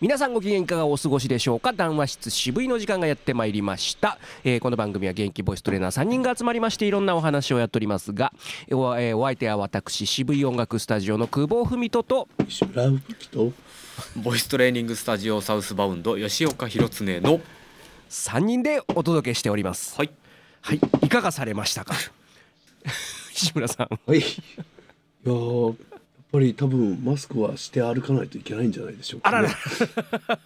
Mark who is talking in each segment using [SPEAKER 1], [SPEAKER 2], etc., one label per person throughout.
[SPEAKER 1] 皆さんご機嫌いかがお過ごしでしょうか談話室渋いの時間がやってまいりました、えーこの番組は元気ボイストレーナー3人が集まりましていろんなお話をやっておりますがお,、えーお相手は私渋い音楽スタジオの久保文人と
[SPEAKER 2] 石村うきと
[SPEAKER 3] ボイストレーニングスタジオサウスバウンド吉岡弘恒の
[SPEAKER 1] 3人でお届けしております
[SPEAKER 3] はい
[SPEAKER 1] はいいかがされましたか 石村さん
[SPEAKER 2] はいいやーやっぱり多分マスクはして歩かないといけないんじゃないでしょうか、ね、
[SPEAKER 1] あらら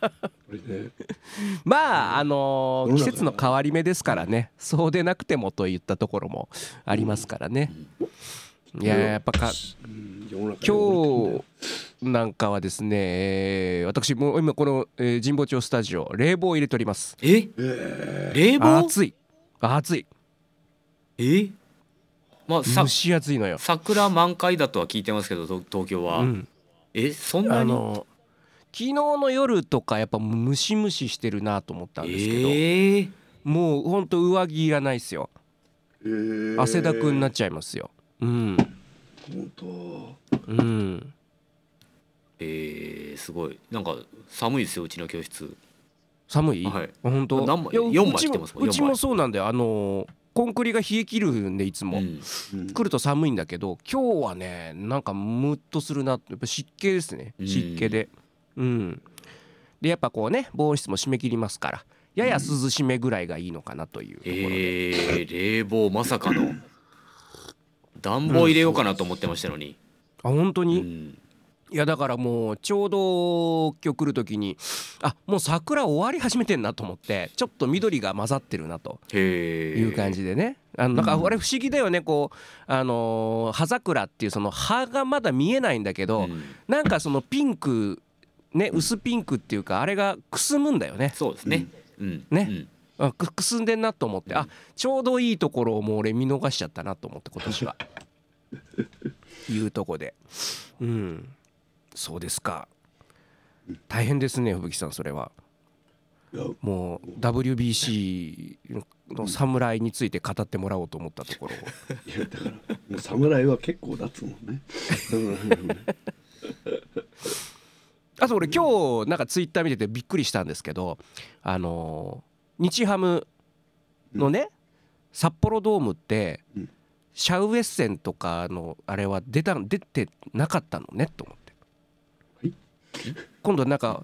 [SPEAKER 2] これね
[SPEAKER 1] まああのー
[SPEAKER 2] 世の
[SPEAKER 1] 季
[SPEAKER 2] 中
[SPEAKER 1] 節の変わり目ですからねそうでなくてもといったところもありますからね、いややっぱか
[SPEAKER 2] うん世の中
[SPEAKER 1] 今日なんかはですね、えー私もう今この、えー神保町スタジオ冷房を入れております
[SPEAKER 3] え冷房
[SPEAKER 1] 暑い暑い
[SPEAKER 3] えまあさ
[SPEAKER 1] 蒸し暑いのよ、
[SPEAKER 3] 桜満開だとは聞いてますけど東東京は、
[SPEAKER 1] うん、
[SPEAKER 3] えそんな
[SPEAKER 1] あ
[SPEAKER 3] に
[SPEAKER 1] の昨日の夜とかやっぱムシムシしてるなと思ったん
[SPEAKER 3] え
[SPEAKER 1] ですけど、
[SPEAKER 3] ー、
[SPEAKER 1] もうほんと上着いらないですよ
[SPEAKER 2] の
[SPEAKER 1] 汗だくになっ
[SPEAKER 2] っ
[SPEAKER 1] ちゃいますようん
[SPEAKER 2] 本当
[SPEAKER 1] うん
[SPEAKER 3] えー、すごいなんか寒いですようちの教室
[SPEAKER 1] 寒い、
[SPEAKER 3] はい
[SPEAKER 1] 本当
[SPEAKER 3] 何枚
[SPEAKER 1] いや
[SPEAKER 3] 四枚
[SPEAKER 1] うちも
[SPEAKER 3] 来てますもん
[SPEAKER 1] うち
[SPEAKER 3] 四
[SPEAKER 1] も
[SPEAKER 3] 枚
[SPEAKER 1] そうなんだよあのーコンクリが冷え切るんでいつも、
[SPEAKER 3] うん
[SPEAKER 2] うん
[SPEAKER 1] 来ると寒いんだけど今日はねなんかムッとするなやっぱ湿気ですね
[SPEAKER 3] うん
[SPEAKER 1] 湿気でうんでやっぱこうね防音室も締め切りますからやや涼しめぐらいがいいのかなというとこ
[SPEAKER 3] え
[SPEAKER 1] ろで、
[SPEAKER 3] ー、冷房まさかの暖房入れようかなと思ってましたのに、
[SPEAKER 1] あ本当
[SPEAKER 3] うん
[SPEAKER 1] に、いやだからもうちょうど今日来る時にあもう桜終わり始めてんなと思ってちょっと緑が混ざってるなと
[SPEAKER 3] へえ
[SPEAKER 1] いう感じでねあのなんか
[SPEAKER 3] うん
[SPEAKER 1] あれ不思議だよねこうあのー葉桜っていうその葉がまだ見えないんだけど、
[SPEAKER 3] うん
[SPEAKER 1] なんかそのピンクね薄ピンクっていうかあれがくすむんだよね
[SPEAKER 3] そうですね、うん
[SPEAKER 1] ね
[SPEAKER 3] うん
[SPEAKER 1] あくくすんでんなと思ってあちょうどいいところをもう俺見逃しちゃったなと思って今年はいうとこでうんそうですか大変ですね吹雪さんそれはい
[SPEAKER 2] や
[SPEAKER 1] もう WBC の侍について語ってもらおうと思ったところ
[SPEAKER 2] いやだからもう侍は結構だっつうもん ねだからね
[SPEAKER 1] あと俺今日なんかツイッター見ててびっくりしたんですけどあのー日ハムのね、札幌ドームって、
[SPEAKER 2] うん
[SPEAKER 1] シャウエッセンとかのあれは出た出てなかったのねと思って、今度なんか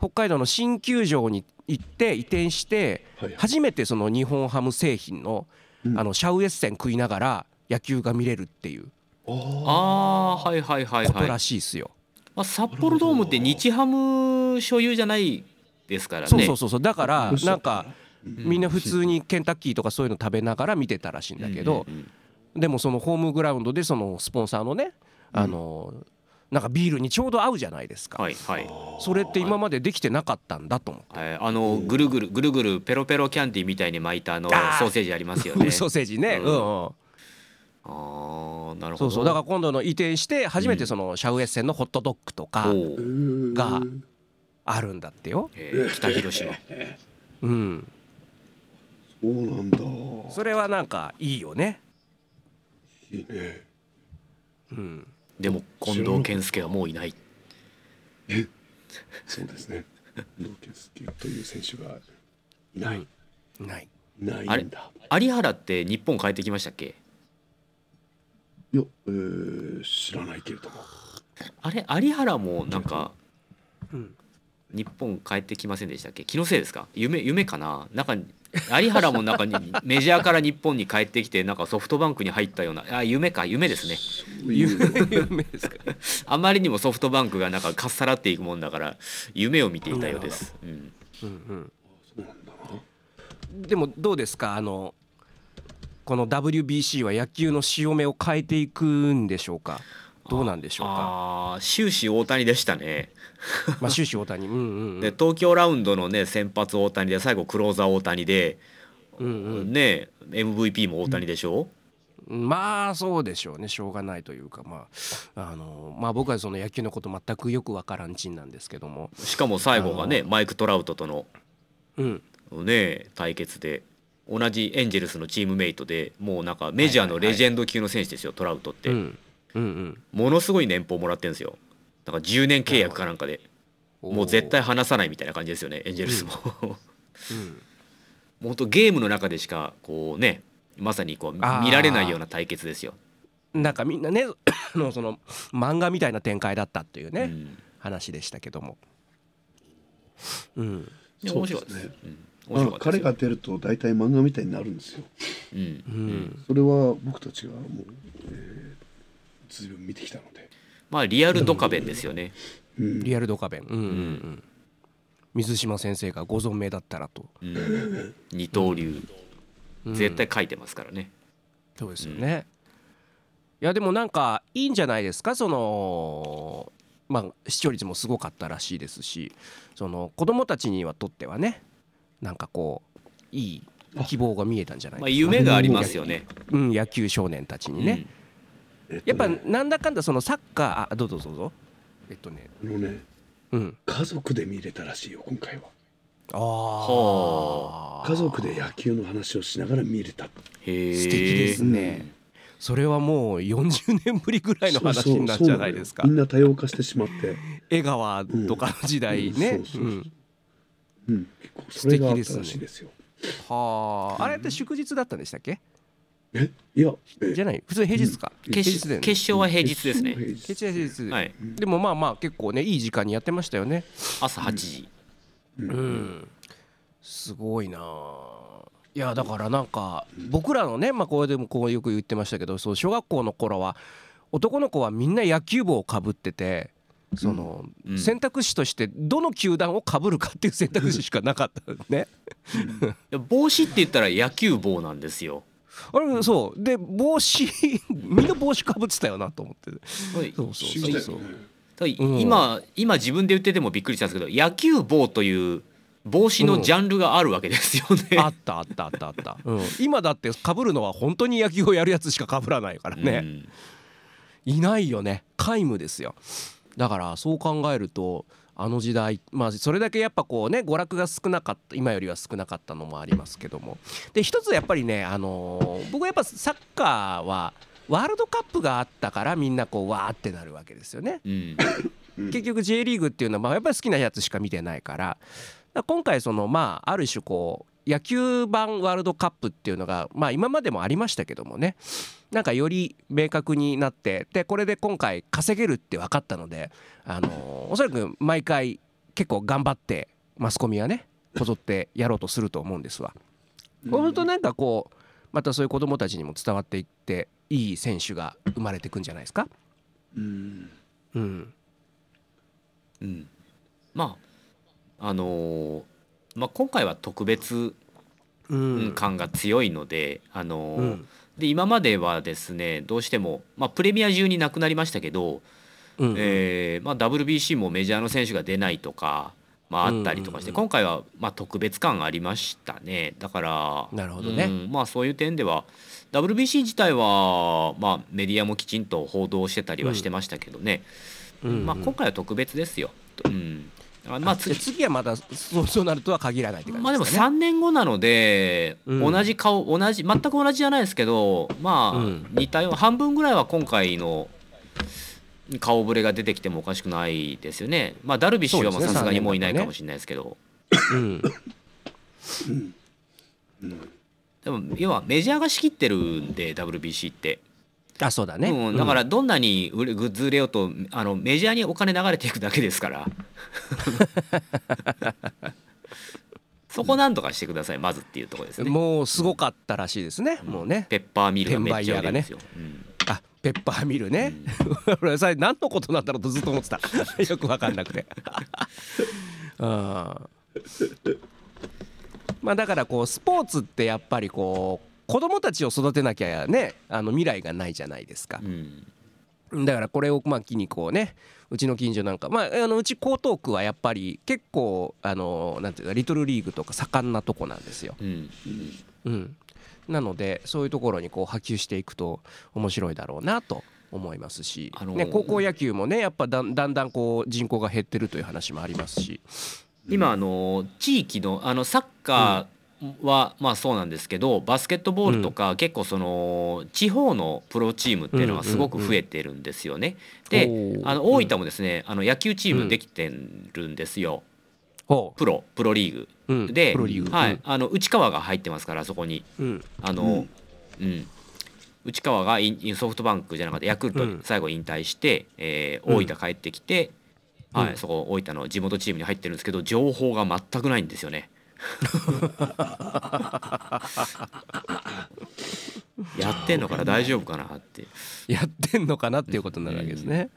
[SPEAKER 1] 北海道の新球場に行って移転して
[SPEAKER 2] はいはい
[SPEAKER 1] 初めてその日本ハム製品の,、
[SPEAKER 2] うん
[SPEAKER 1] あのシャウエッセン食いながら野球が見れるっていう
[SPEAKER 2] あ
[SPEAKER 3] ああはいはいはい
[SPEAKER 1] こと
[SPEAKER 3] はい
[SPEAKER 1] らしいですよ。
[SPEAKER 3] まあ、札幌ドームって日ハム所有じゃないですからね。
[SPEAKER 1] そうそうそうそうだから
[SPEAKER 2] おっし
[SPEAKER 1] な
[SPEAKER 2] ゃ
[SPEAKER 1] ん
[SPEAKER 2] っ
[SPEAKER 1] か
[SPEAKER 2] た
[SPEAKER 1] みんな普通にケンタッキーとかそういうの食べながら見てたらしいんだけど
[SPEAKER 3] うんうんうん
[SPEAKER 1] でもそのホームグラウンドでそのスポンサーのねあのなんかビールにちょうど合うじゃないですか
[SPEAKER 3] はいはい。
[SPEAKER 1] それって今までできてなかったんだと思って
[SPEAKER 3] えーあのぐるぐるぐるぐるペロペロキャンディーみたいに巻いたあの
[SPEAKER 1] あー
[SPEAKER 3] ソーセージあります よね。
[SPEAKER 1] ソーセージね
[SPEAKER 3] うん
[SPEAKER 1] うんうん
[SPEAKER 3] ああなる
[SPEAKER 1] そ
[SPEAKER 3] ほど。
[SPEAKER 1] うそうだから今度の移転して初めてそのシャウエッセンのホットドッグとか
[SPEAKER 3] お
[SPEAKER 2] ー
[SPEAKER 3] う
[SPEAKER 2] うー
[SPEAKER 1] があるんだってよ
[SPEAKER 3] えー北広島。
[SPEAKER 1] うん
[SPEAKER 2] そうなんだ
[SPEAKER 1] それはなんかいいよね
[SPEAKER 2] いいね
[SPEAKER 1] うん
[SPEAKER 3] でも近藤健介はもういない。
[SPEAKER 2] そうですね農家スケという選手がいない
[SPEAKER 1] ない
[SPEAKER 3] あ
[SPEAKER 2] ない
[SPEAKER 3] れ
[SPEAKER 2] んだ
[SPEAKER 3] 有原って日本帰ってきましたっけ？
[SPEAKER 2] いや、えー、知らないけれども
[SPEAKER 3] あれ有原もなんか
[SPEAKER 1] うん
[SPEAKER 3] 日本帰ってきませんでしたっけ？気のせいですか？夢夢かな？なんか有原もなんかに メジャーから日本に帰ってきてなんかソフトバンクに入ったようなあ夢か夢ですね。
[SPEAKER 2] そういうの
[SPEAKER 1] 有名ですか
[SPEAKER 3] あまりにもソフトバンクがなんかかっさらっていくもんだから夢を見ていたようです。うん、
[SPEAKER 1] うんうん
[SPEAKER 2] そうなんだな
[SPEAKER 1] でもどうですかあのこの WBC は野球の潮目を変えていくんでしょうかどうなんでしょうか
[SPEAKER 3] ああ終始大谷でしたね。
[SPEAKER 1] まあ終始大谷うんうんうん
[SPEAKER 3] で東京ラウンドのね先発大谷で最後クローザー大谷で、
[SPEAKER 1] うん
[SPEAKER 3] ね MVP も大谷でしょ。
[SPEAKER 1] うん、まあそうでしょうねしょうがないというかまああのまあ僕はその野球のこと全くよくわからんちんなんですけども
[SPEAKER 3] しかも最後が
[SPEAKER 1] あ
[SPEAKER 3] ねマイク・トラウトとの
[SPEAKER 1] うん
[SPEAKER 3] ね対決で同じエンジェルスのチームメイトでもうなんかメジャーのレジェンド級の選手ですよ、トラウトって、
[SPEAKER 1] うんうんうん
[SPEAKER 3] ものすごい年俸もらってるんですよ。なんか10年契約かなんかで。もう絶対離さないみたいな感じですよねエンジェルスも、も
[SPEAKER 1] うん
[SPEAKER 3] う本当ゲームの中でしかこうねまさにこう見
[SPEAKER 1] あー
[SPEAKER 3] られないような対決ですよ、
[SPEAKER 1] なんかみんなね あのその漫画みたいな展開だったっていうね、
[SPEAKER 3] うん
[SPEAKER 1] 話でしたけども、うん
[SPEAKER 2] そうですねあの
[SPEAKER 3] いや面白かったです、うん、面白かったで
[SPEAKER 2] 彼
[SPEAKER 3] すよ
[SPEAKER 2] が出ると大体漫画みたいになるんですよ
[SPEAKER 3] う
[SPEAKER 1] うんん、
[SPEAKER 2] それは僕たちがもう、えー、ずいぶん見てきたので、
[SPEAKER 3] まあリアルドカベンですよね、
[SPEAKER 2] うん、
[SPEAKER 1] リアルドカベン、うんうんうん、水島先生がご存命だったらと、
[SPEAKER 3] うん、二刀流、
[SPEAKER 1] うん
[SPEAKER 3] 絶対書いてますからね、
[SPEAKER 1] そうですよね、いやでもなんかいいんじゃないですかそのまあ視聴率もすごかったらしいですしその子供たちにはとってはねなんかこういい希望が見えたんじゃない
[SPEAKER 3] まあ、
[SPEAKER 1] ですか、
[SPEAKER 3] 夢がありますよね
[SPEAKER 1] うん、野球少年たちにね、
[SPEAKER 2] えっとね
[SPEAKER 1] やっぱなんだかんだそのサッカーあどうぞどうぞえっとね
[SPEAKER 2] あのね
[SPEAKER 1] うん
[SPEAKER 2] 家族で見れたらしいよ今回は
[SPEAKER 1] ああ
[SPEAKER 2] 家族で野球の話をしながら見れた
[SPEAKER 3] うんへえ
[SPEAKER 1] 素敵ですね、それはもう40年ぶりぐらいの話になるんじゃないですか
[SPEAKER 2] そうそうそうなのよみんな多様化してしまって、
[SPEAKER 1] 江川とかの時代ね
[SPEAKER 2] うんそうそううそうんうん、結構それがあったらしいですよ
[SPEAKER 1] はああれって祝日だったんでしたっけ
[SPEAKER 2] いやえ
[SPEAKER 1] じゃない普通に平日か平
[SPEAKER 3] 決
[SPEAKER 1] 日だよね
[SPEAKER 3] 勝決勝は平日ですね、
[SPEAKER 2] 平
[SPEAKER 1] 平
[SPEAKER 2] 日
[SPEAKER 1] 日は平日
[SPEAKER 3] はい、
[SPEAKER 1] でもまあまあ結構ねいい時間にやってましたよね
[SPEAKER 3] 朝8時、
[SPEAKER 2] うん
[SPEAKER 1] うんすごいなあいやだからなんか僕らのねまあこれでもこうよく言ってましたけどそう小学校の頃は男の子はみんな野球帽をかぶっててその
[SPEAKER 3] うん
[SPEAKER 1] 選択肢としてどの球団をかぶるかっていう 選択肢しかなかったんね。
[SPEAKER 3] いや帽子って言ったら野球帽なんですよ
[SPEAKER 1] あれそうで帽子みんな帽子かぶってたよなと思って
[SPEAKER 3] はい
[SPEAKER 1] そうそう
[SPEAKER 2] 不思
[SPEAKER 1] そ
[SPEAKER 2] 議
[SPEAKER 1] う
[SPEAKER 2] だ
[SPEAKER 1] そ
[SPEAKER 2] よ
[SPEAKER 1] う
[SPEAKER 2] ね
[SPEAKER 3] ただい
[SPEAKER 1] うん
[SPEAKER 3] 今今自分で言っててもびっくりしたんですけど野球帽という帽子のジャンルがあるわけですよ ね、
[SPEAKER 1] あったあったあったあった、うん、今だってかぶるのは本当に野球をやるやつしかかぶらないからね。
[SPEAKER 3] うん
[SPEAKER 1] いないよね皆無ですよだからそう考えるとあの時代まあそれだけやっぱこうね娯楽が少なかった今よりは少なかったのもありますけどもで一つやっぱりねあのー僕はやっぱサッカーはワールドカップがあったからみんなこうわーってなるわけですよね
[SPEAKER 3] うん
[SPEAKER 1] 結局 J リーグっていうのはまあやっぱり好きなやつしか見てないからだから今回そのまあある種こう野球版ワールドカップっていうのがまあ今までもありましたけどもねなんかより明確になってでこれで今回稼げるって分かったのであのーおそらく毎回結構頑張ってマスコミはねこぞってやろうとすると思うんですわ。
[SPEAKER 2] うん
[SPEAKER 1] 本当なんかこうまたそういう子どもたちにも伝わっていっていい選手が生まれていくんじゃないですか。
[SPEAKER 2] うん
[SPEAKER 1] うん、
[SPEAKER 3] うんまああのーまあ、今回は特別
[SPEAKER 1] う
[SPEAKER 3] うん
[SPEAKER 1] ん
[SPEAKER 3] 感が強いので、あのー
[SPEAKER 1] うん
[SPEAKER 3] で今まではですねどうしても、まあ、プレミア中になくなりましたけど、
[SPEAKER 1] うん
[SPEAKER 3] えーまあ、WBC もメジャーの選手が出ないとか、まあ、あったりとかして、
[SPEAKER 1] うんうんう
[SPEAKER 3] 今回はまあ特別感がありましたねだから
[SPEAKER 1] なるほどね
[SPEAKER 3] うんまあ、そういう点では WBC 自体は、まあ、メディアもきちんと報道してたりはしてましたけどね、
[SPEAKER 1] うん
[SPEAKER 3] まあ、今回は特別ですよ。うんあまあ、
[SPEAKER 1] じゃあ
[SPEAKER 3] 次
[SPEAKER 1] 次はまだそうそうなるとは限らないって感
[SPEAKER 3] まあ
[SPEAKER 1] じで
[SPEAKER 3] でも
[SPEAKER 1] すかね。
[SPEAKER 3] 3年後なので、
[SPEAKER 1] うん
[SPEAKER 3] 同じ顔同じ全く同じじゃないですけどまあ、
[SPEAKER 1] うん
[SPEAKER 3] 似たよう半分ぐらいは今回の顔ぶれが出てきてもおかしくないですよねまあダルビッシュはもう
[SPEAKER 1] そうです
[SPEAKER 3] さ
[SPEAKER 1] ね
[SPEAKER 3] すがにもういない
[SPEAKER 1] 三年だとね
[SPEAKER 3] かもしれないですけど
[SPEAKER 1] うん
[SPEAKER 3] でも要はメジャーが仕切ってるんで WBC って、
[SPEAKER 1] あそうだね。
[SPEAKER 3] うん、だからどんなに売れグッズ売れようとあのメジャーにお金流れていくだけで すからそこなんとかしてくださいまずっていうところですね
[SPEAKER 1] もうすごかったらしいですね。もうね。
[SPEAKER 3] ペッパーミルがめっちゃ売れるんですよ、うん
[SPEAKER 1] あペッパーミルね。俺さ何の ことなんだろうとずっと思ってた。よく分かんなくて。 あまあだからこうスポーツってやっぱりこう子供たちを育てなきゃねあの未来がないじゃないですか。
[SPEAKER 3] うん
[SPEAKER 1] だからこれをまあ機にこうねうちの近所なんかまああのうち江東区はやっぱり結構あのなんていうかリトルリーグとか盛んなとこなんですよ。
[SPEAKER 3] うん
[SPEAKER 1] うん、なのでそういうところにこう波及していくと面白いだろうなと思いますし、
[SPEAKER 3] あのー
[SPEAKER 1] ね、高校野球もねやっぱだんだんだんこう人口が減ってるという話もありますし、
[SPEAKER 3] 今あの地域のあのサッカはまあそうなんですけどバスケットボールとか結構その地方のプロチームっていうのがすごく増えてるんですよね。
[SPEAKER 1] お
[SPEAKER 3] で
[SPEAKER 1] ー
[SPEAKER 3] あの大分もですねあの野球チームできてるんですよ
[SPEAKER 1] ほ
[SPEAKER 3] プロプロリーグ。
[SPEAKER 1] う、うん、
[SPEAKER 3] で
[SPEAKER 1] プロリーグ、
[SPEAKER 3] はい、あの内川が入ってますからそこに。
[SPEAKER 1] うん、うん、
[SPEAKER 3] あの、う
[SPEAKER 2] うんん
[SPEAKER 3] 内川がインインソフトバンクじゃなくてヤクルト
[SPEAKER 1] う
[SPEAKER 3] に
[SPEAKER 1] ん
[SPEAKER 3] 最後引退して、えー
[SPEAKER 1] うん
[SPEAKER 3] 大分帰ってきて、
[SPEAKER 1] うん
[SPEAKER 3] はい、そこ大分の地元チームに入ってるんですけど情報が全くないんです よね。やってんのかな大丈夫かなって
[SPEAKER 1] やってんのかなっていうことになるわけですね。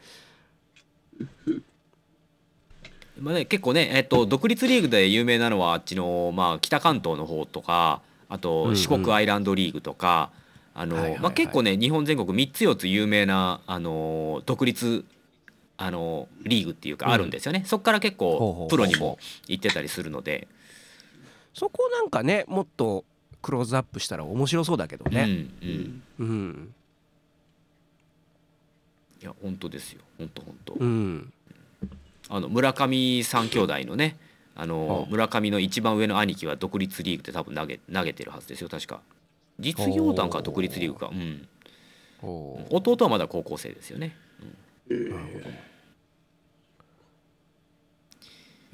[SPEAKER 3] まあね、結構ね、えっと、独立リーグで有名なのはあっちの、まあ、北関東の方とかあ
[SPEAKER 1] うんう
[SPEAKER 3] と
[SPEAKER 1] ん
[SPEAKER 3] 四国アイランドリーグとか、あの
[SPEAKER 1] はいはいはい
[SPEAKER 3] まあ、結構ね日本全国3つ4つ有名なあの独立あのリーグっていう
[SPEAKER 1] う
[SPEAKER 3] か
[SPEAKER 1] ん
[SPEAKER 3] あるんですよね、そこから結
[SPEAKER 1] ほうほ
[SPEAKER 3] 構
[SPEAKER 1] う
[SPEAKER 3] プロにも行ってたりするので、
[SPEAKER 1] そこなんかねもっとクローズアップしたら面白そうだけど
[SPEAKER 3] うんう
[SPEAKER 1] ね。
[SPEAKER 3] ん、い
[SPEAKER 1] うん、
[SPEAKER 3] や本当ですよ本当本当、
[SPEAKER 1] うん、
[SPEAKER 3] あの村上三兄弟のねあの
[SPEAKER 1] はあ
[SPEAKER 3] 村上の一番上の兄貴は独立リーグで多分投げ投げてるはずですよ確か実業団か独立リーグかうん
[SPEAKER 1] ほう
[SPEAKER 3] 弟はまだ高校生ですよね。
[SPEAKER 1] い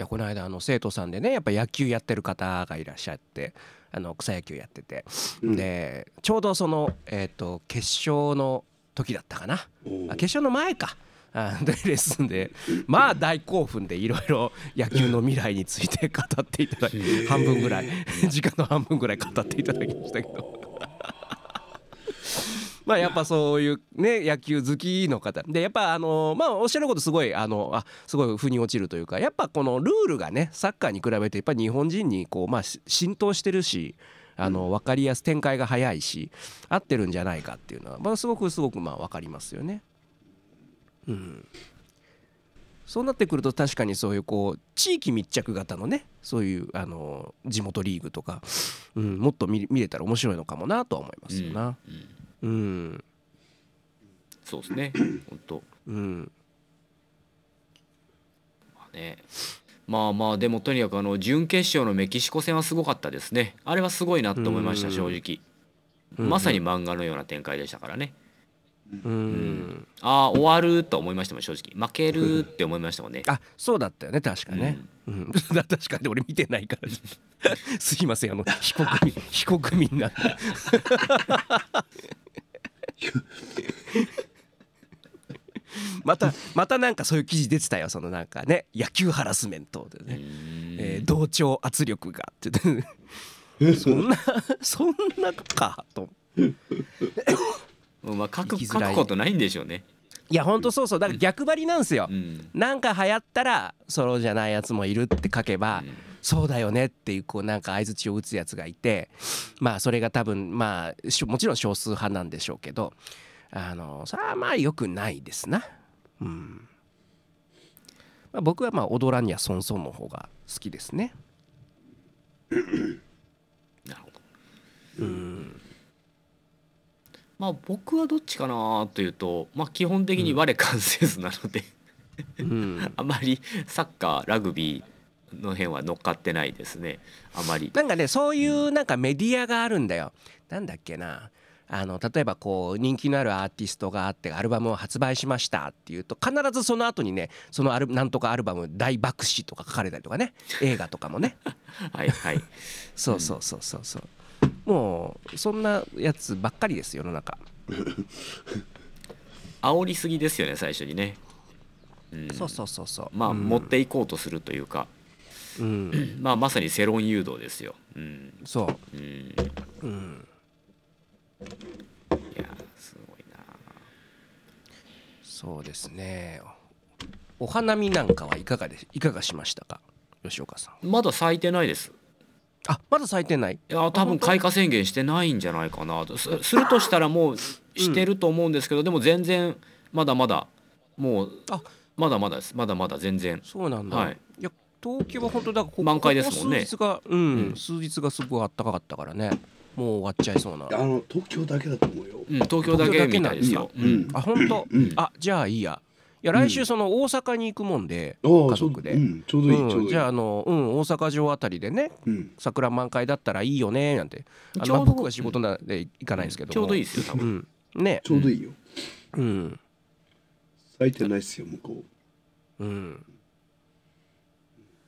[SPEAKER 1] やこの間あの生徒さんでねやっぱ野球やってる方がいらっしゃってあの草野球やってて、
[SPEAKER 2] うん
[SPEAKER 1] でちょうどその、えー、と決勝の時だったかな
[SPEAKER 2] お
[SPEAKER 1] あ
[SPEAKER 2] ー
[SPEAKER 1] 決勝の前か。あでレッスンでまあ大興奮でいろいろ野球の未来について語っていただき半分ぐらい時間の半分ぐらい語っていただきましたけどまあやっぱそういうね野球好きの方でやっぱあのまあおっしゃることすごいあのあすごい腑に落ちるというかやっぱこのルールがねサッカーに比べてやっぱ日本人にこうまあし浸透してるしあの分かりやす展開が早いし合ってるんじゃないかっていうのは、まあ、すごくすごくまあ分かりますよね。そうなってくると確かにそういうこう地域密着型のねそういうあの地元リーグとか、うん、もっと見見れたら面白いのかもなとは思いますよな。
[SPEAKER 3] うんうん
[SPEAKER 1] うん、
[SPEAKER 3] そうで すね。本当。
[SPEAKER 1] うん、
[SPEAKER 3] まあね。まあまあでもとにかくあの準決勝のメキシコ戦はすごかったですね。あれはすごいなと思いました
[SPEAKER 1] うん
[SPEAKER 3] 正
[SPEAKER 1] うん
[SPEAKER 3] 直。まさに漫画のような展開でしたからね。
[SPEAKER 1] うん
[SPEAKER 3] んああ終わると思いましたもん正直。負けるって思いましたもんね。
[SPEAKER 1] あそうだったよね確かね。うん、 だ確かに俺見てないから すいませんあの非国民 非国民なんでまたまたなんかそういう記事出てたよそのなんかね野球ハラスメントでね。
[SPEAKER 3] うん
[SPEAKER 1] えー同調圧力がって言って そんなそんなかと
[SPEAKER 3] まあ書く
[SPEAKER 1] 生き
[SPEAKER 3] 書
[SPEAKER 1] づらい
[SPEAKER 3] くことないんでしょうね。
[SPEAKER 1] いやほんとそうそうだから逆張りなんですよ
[SPEAKER 3] う、ん。
[SPEAKER 1] なんか流行ったらソロじゃないやつもいるって書けば、
[SPEAKER 3] うん
[SPEAKER 1] そうだよねっていうこうなんか相槌を打つやつがいてまあそれが多分まあしもちろん少数派なんでしょうけどあのそれはまあよくないですなうん、まあ、僕はまあ踊らにはソンソンの方が好きですね
[SPEAKER 3] なるほど。まあ僕はどっちかなというと、まあ基本的に我関せずなので、
[SPEAKER 1] うん
[SPEAKER 3] あまりサッカーラグビーの辺は乗っかってないですねあまり。
[SPEAKER 1] なんかねそういうなんかメディアがあるんだよ。なんだっけなあの例えばこう人気のあるアーティストがあってアルバムを発売しましたっていうと必ずその後にねそのアルなんとかアルバム大爆死とか書かれたりとかね映画とかもね
[SPEAKER 3] はいはい。
[SPEAKER 1] そうそうそうそうそうもうそんなやつばっかりです世の中、
[SPEAKER 3] 煽りすぎですよね最初にね。うん、
[SPEAKER 1] そうそうそうそう
[SPEAKER 3] まあ、
[SPEAKER 1] うん
[SPEAKER 3] 持っていこうとするというか、
[SPEAKER 1] うん
[SPEAKER 3] まあまさに世論誘導ですよ。うん
[SPEAKER 1] そう
[SPEAKER 3] うん。い
[SPEAKER 1] うん
[SPEAKER 3] やすごいな。
[SPEAKER 1] そうですねお花見なんかはいかがでいかがしましたか吉岡さん
[SPEAKER 3] まだ咲いてないです。
[SPEAKER 1] あまだ咲いてない
[SPEAKER 3] いや多分開花宣言してないんじゃないかなとすするとしたらもうしてると思うんですけど、でも全然まだまだもう
[SPEAKER 1] あ
[SPEAKER 3] まだまだですまだまだ全然
[SPEAKER 1] そうなんだ。
[SPEAKER 3] はい
[SPEAKER 1] い、や東京は本当だここ
[SPEAKER 3] 満開ですもんね
[SPEAKER 1] ここ数日がうん、
[SPEAKER 3] うん
[SPEAKER 1] 数日がすごい暖かかったからね。もう終わっちゃいそうな。
[SPEAKER 2] あの東京だけだと思うよ。
[SPEAKER 3] うん、東京だけみたいですよ。
[SPEAKER 1] あ本当。
[SPEAKER 2] うん
[SPEAKER 1] あじゃあいいや。や来週その大阪に行くもんで、
[SPEAKER 2] あ
[SPEAKER 1] 家
[SPEAKER 2] あそう
[SPEAKER 1] 族で
[SPEAKER 2] うんちょうどいい、ちょうど
[SPEAKER 1] う
[SPEAKER 2] い
[SPEAKER 1] ん、
[SPEAKER 2] い
[SPEAKER 1] じゃああの、うん、大阪城あたりでね
[SPEAKER 2] うん、
[SPEAKER 1] 桜満開だったらいいよねなんてあ
[SPEAKER 3] ち
[SPEAKER 1] のま
[SPEAKER 3] ょう
[SPEAKER 1] あ
[SPEAKER 3] ど
[SPEAKER 1] 僕は仕事なんで行かないですけども
[SPEAKER 3] ちょうどいいですよ
[SPEAKER 1] う
[SPEAKER 3] 多分
[SPEAKER 1] んね
[SPEAKER 2] ちょうどいいよ
[SPEAKER 1] うん
[SPEAKER 2] 咲いてないっすよ向こ
[SPEAKER 1] うん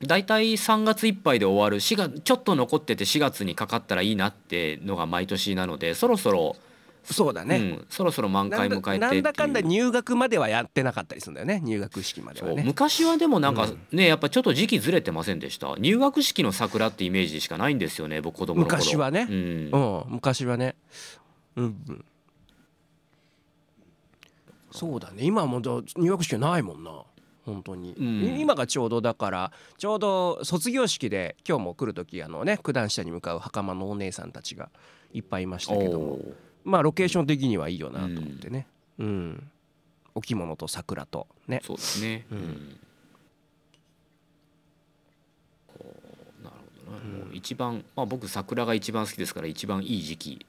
[SPEAKER 3] 大体3月いっぱいで終わる4月ちょっと残ってて4月にかかったらいいなってのが毎年なのでそろそろ、
[SPEAKER 1] そうだね、
[SPEAKER 3] うん、そろそろ満
[SPEAKER 1] な
[SPEAKER 3] 開
[SPEAKER 1] ん
[SPEAKER 3] 迎
[SPEAKER 1] だ
[SPEAKER 3] えてっていう
[SPEAKER 1] なんだかんだ入学まではやってなかったりするんだよね入学式までは
[SPEAKER 3] そう
[SPEAKER 1] ね
[SPEAKER 3] 昔はでもなんか
[SPEAKER 1] う
[SPEAKER 3] ね
[SPEAKER 1] ん、
[SPEAKER 3] やっぱちょっと時期ずれてませんでした入学式の桜ってイメージしかないんですよね僕子供の頃
[SPEAKER 1] 昔はね
[SPEAKER 3] うん
[SPEAKER 1] うん昔はねうんうんそうだね今はもうど入学式はないもんな本当に、
[SPEAKER 3] うん
[SPEAKER 1] 今がちょうどだからちょうど卒業式で今日も来る時あのね九段下に向かう袴のお姉さんたちがいっぱいいましたけども
[SPEAKER 3] おー
[SPEAKER 1] まあロケーション的にはいいよなと思ってねうん、お着物と桜とね
[SPEAKER 3] そうですね、
[SPEAKER 1] うん
[SPEAKER 3] こうなるほどねもう一番、まあ、僕桜が一番好きですから一番いい時期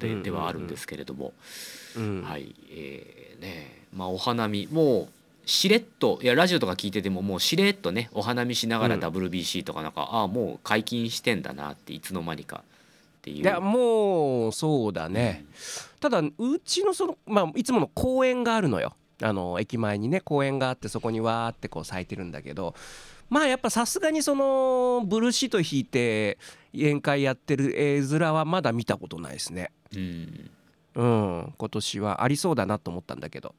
[SPEAKER 1] うん
[SPEAKER 3] で
[SPEAKER 1] うんうん
[SPEAKER 3] ではあるんですけれども、
[SPEAKER 1] うん、
[SPEAKER 3] はいえーねまあお花見もうしれっといやラジオとか聞いててももうしれっとねお花見しながら
[SPEAKER 1] うん
[SPEAKER 3] WBC とかなんか、ああもう解禁してんだなっていつの間にかっていう。
[SPEAKER 1] いやもうそうだね、ただうちのその、まあ、いつもの公園があるのよあの駅前にね公園があってそこにわーってこう咲いてるんだけどまあやっぱさすがにそのブルーシート引いて宴会やってる絵面はまだ見たことないですね
[SPEAKER 3] うん
[SPEAKER 1] うん今年はありそうだなと思ったんだけど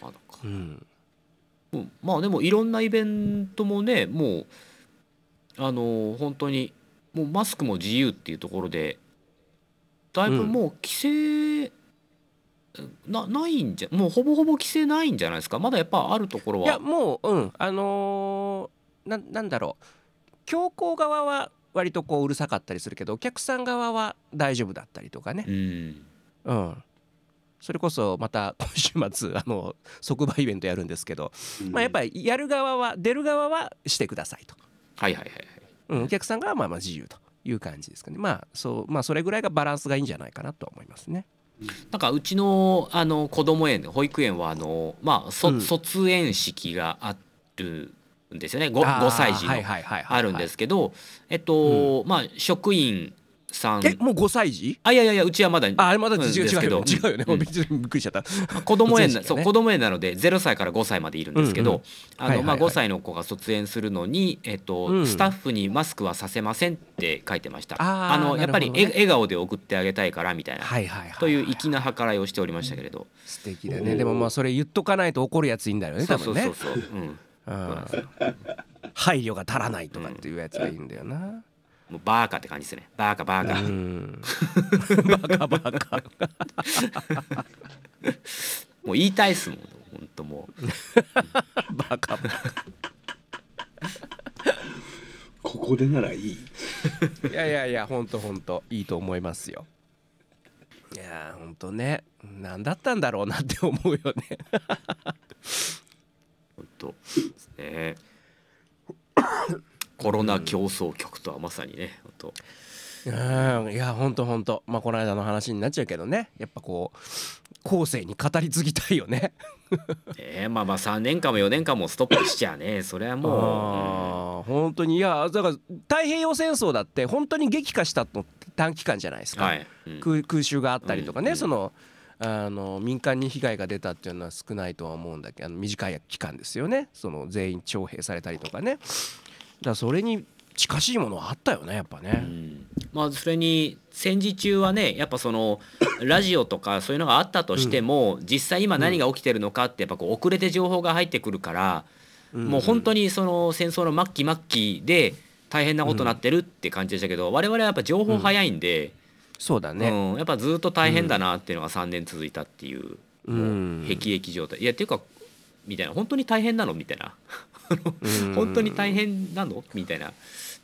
[SPEAKER 3] まあなんか
[SPEAKER 1] うん
[SPEAKER 3] うんまあでもいろんなイベントもねもうあの本当にもうマスクも自由っていうところでだいぶもう規制、なないんじゃもうほぼほぼ規制ないんじゃないですかまだやっぱあるところ
[SPEAKER 1] いや
[SPEAKER 3] は
[SPEAKER 1] もううんあのーななんだろう教皇側は割とこううるさかったりするけどお客さん側は大丈夫だったりとかね
[SPEAKER 3] うん
[SPEAKER 1] うん、それこそまた 今週末あの即売イベントやるんですけど、
[SPEAKER 2] うん
[SPEAKER 1] まあ、やっぱりやる側は出る側はしてくださいと、
[SPEAKER 3] はいはいはいはい
[SPEAKER 1] うん、お客さんがまあまあ自由という感じですかね、まあそうまあ、それぐらいがバランスがいいんじゃないかなとは思いますね。
[SPEAKER 3] なんかうちのあの子供園保育園はあのまあ、そ
[SPEAKER 1] うん
[SPEAKER 3] 卒園式があるんですよね 5,
[SPEAKER 1] あー
[SPEAKER 3] 5歳児の
[SPEAKER 1] はいはいはいはい
[SPEAKER 3] あるんですけど、えっと、まあ職員さん
[SPEAKER 1] えもう5歳児
[SPEAKER 3] あいやいやいやうちはまだ
[SPEAKER 1] ああれまだ違う
[SPEAKER 3] うん
[SPEAKER 1] 違
[SPEAKER 3] です
[SPEAKER 1] う
[SPEAKER 3] け
[SPEAKER 1] よ
[SPEAKER 3] ど
[SPEAKER 1] ね違うよね、
[SPEAKER 3] うん
[SPEAKER 1] びっくりしちゃ った。
[SPEAKER 3] 子供園
[SPEAKER 1] 卒園式
[SPEAKER 3] な、
[SPEAKER 1] だね
[SPEAKER 3] そう子供園なので0歳から5歳までいるんですけ
[SPEAKER 1] うんう
[SPEAKER 3] ど、
[SPEAKER 1] んは
[SPEAKER 3] あ
[SPEAKER 1] い
[SPEAKER 3] の
[SPEAKER 1] はいは
[SPEAKER 3] まあ
[SPEAKER 1] い
[SPEAKER 3] 5歳の子が卒園するのにえっと、
[SPEAKER 1] うん
[SPEAKER 3] スタッフにマスクはさせませんって書いてました。
[SPEAKER 1] あー
[SPEAKER 3] の
[SPEAKER 1] な
[SPEAKER 3] やっ
[SPEAKER 1] る
[SPEAKER 3] ぱ
[SPEAKER 1] ほど
[SPEAKER 3] り
[SPEAKER 1] ね
[SPEAKER 3] え笑顔で送ってあげたいからみたいな、
[SPEAKER 1] はいはいはい、
[SPEAKER 3] という粋な計らいをしておりましたけれど。
[SPEAKER 1] 素敵だねでもまあそれ言っとかないと怒るやついいんだよね
[SPEAKER 3] そ
[SPEAKER 1] 多
[SPEAKER 3] うそ
[SPEAKER 1] 分ね
[SPEAKER 3] うそうそう。うん。そうなんです
[SPEAKER 1] うん
[SPEAKER 3] よ
[SPEAKER 1] 配慮が足らないとかっていうやつがいいんだよな。
[SPEAKER 3] もうバーカって感じですね。バーカバーカ。
[SPEAKER 1] う ん、バカバカ
[SPEAKER 3] もう言いたいっすもん。本当もう。
[SPEAKER 1] バカバ
[SPEAKER 2] ここでならいい
[SPEAKER 1] カいやいやいやほんとほんといいと思いますよいやーほんとね何だったんだろうなって思うよね
[SPEAKER 3] 本当。ですね。コロナ競争局とはまさにね。本当。
[SPEAKER 1] うんいやほんとほんとまあこの間の話になっちゃうけどねやっぱこう後世に語り継ぎたいよね
[SPEAKER 3] えー、まあまあ3年間も4年間もストップしちゃねそれはも
[SPEAKER 1] あー本当にいやだから太平洋戦争だって本当に激化したのって短期間じゃないです
[SPEAKER 3] う、
[SPEAKER 1] か、
[SPEAKER 3] はい、うん
[SPEAKER 1] 空空襲があったりとかね、
[SPEAKER 3] うん
[SPEAKER 1] そのあの民間に被害が出たっていうのは少ないとは思うんだけどあの短い期間ですよねその全員徴兵されたりとかねだからそれに近しいものはあったよねやっぱ
[SPEAKER 3] う
[SPEAKER 1] ね。
[SPEAKER 3] んまあそれに戦時中はねやっぱそのラジオとかそういうのがあったとしても、実際今何が起きてるのかってやっぱこう遅れて情報が入ってくるから、もう本当にその戦争の末期末期で大変なことになってるって感じでしたけど、我々はやっぱ情報早いんで、
[SPEAKER 1] そうだ
[SPEAKER 3] うん
[SPEAKER 1] ね、
[SPEAKER 3] やっぱずっと大変だなっていうのが3年続いたっていう,、
[SPEAKER 1] うん
[SPEAKER 3] もう辟易状態いやっていうかみたいな本当に大変なのみたいな。
[SPEAKER 1] うん
[SPEAKER 3] 本当に大変なのみたいな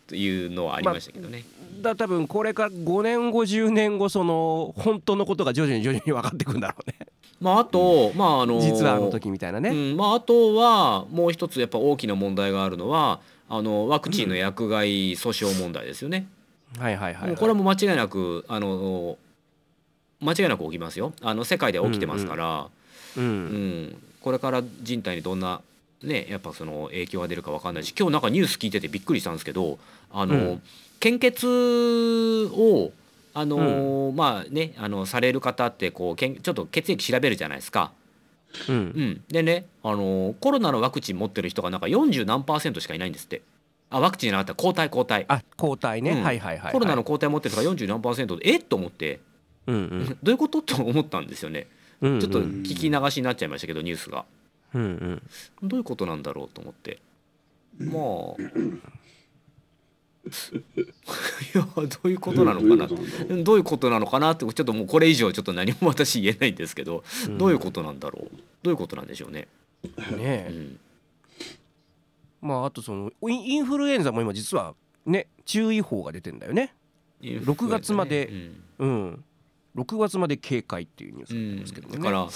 [SPEAKER 3] というのはありましたけどね。
[SPEAKER 1] だから多分これから5年後10年後その本当のことが徐々に徐々に分かってくんだろうね
[SPEAKER 3] まああと、まああの
[SPEAKER 1] 実はあの時みたいな
[SPEAKER 3] う
[SPEAKER 1] ね、
[SPEAKER 3] んまああとはもう一つやっぱ大きな問題があるのはあのワクチンの薬害訴訟問題ですよね。
[SPEAKER 1] はいはいはい、
[SPEAKER 3] もうこれはもう間違いなくあの。間違いなく起きますよあの世界では起きてますから、
[SPEAKER 1] う
[SPEAKER 3] うん
[SPEAKER 1] ん
[SPEAKER 3] これから人体にどんな、ね、やっぱその影響が出るか分かんないし今日なんかニュース聞いててびっくりしたんですけどあの、
[SPEAKER 1] うん
[SPEAKER 3] 献血をあのーまあね、あのされる方ってこうけんちょっと血液調べるじゃないですか、
[SPEAKER 1] う
[SPEAKER 3] うんん、でね、あのーコロナのワクチン持ってる人がなんか40何パーセントしかいないんですってあワクチンじゃなかった抗体抗体、
[SPEAKER 1] あ抗体ね、
[SPEAKER 3] うん
[SPEAKER 1] はいはいはいはい
[SPEAKER 3] コロナの抗体持ってる人が40何パーセントでえっと思って
[SPEAKER 1] うんうん
[SPEAKER 3] どういうことと思ったんですよね
[SPEAKER 1] うんうん
[SPEAKER 3] ちょっと聞き流しになっちゃいましたけどニュースが
[SPEAKER 1] うんうん
[SPEAKER 3] どういうことなんだろうと思って まあいやどういうことなのかな
[SPEAKER 2] どういうことなんだろう
[SPEAKER 3] どういうことなのかなってちょっともうこれ以上ちょっと何も私言えないんですけど
[SPEAKER 1] ん
[SPEAKER 3] どういうことなんだろうどういうことなんでしょうね
[SPEAKER 1] ね
[SPEAKER 3] う
[SPEAKER 1] え
[SPEAKER 3] ん
[SPEAKER 1] まああとそのインインフルエンザも今実はね注意報が出てんだよね6月まで
[SPEAKER 3] うん
[SPEAKER 1] うん6月まで警戒っていうニュース
[SPEAKER 3] う
[SPEAKER 1] が出て
[SPEAKER 3] ん
[SPEAKER 1] ますけどもね、
[SPEAKER 3] だから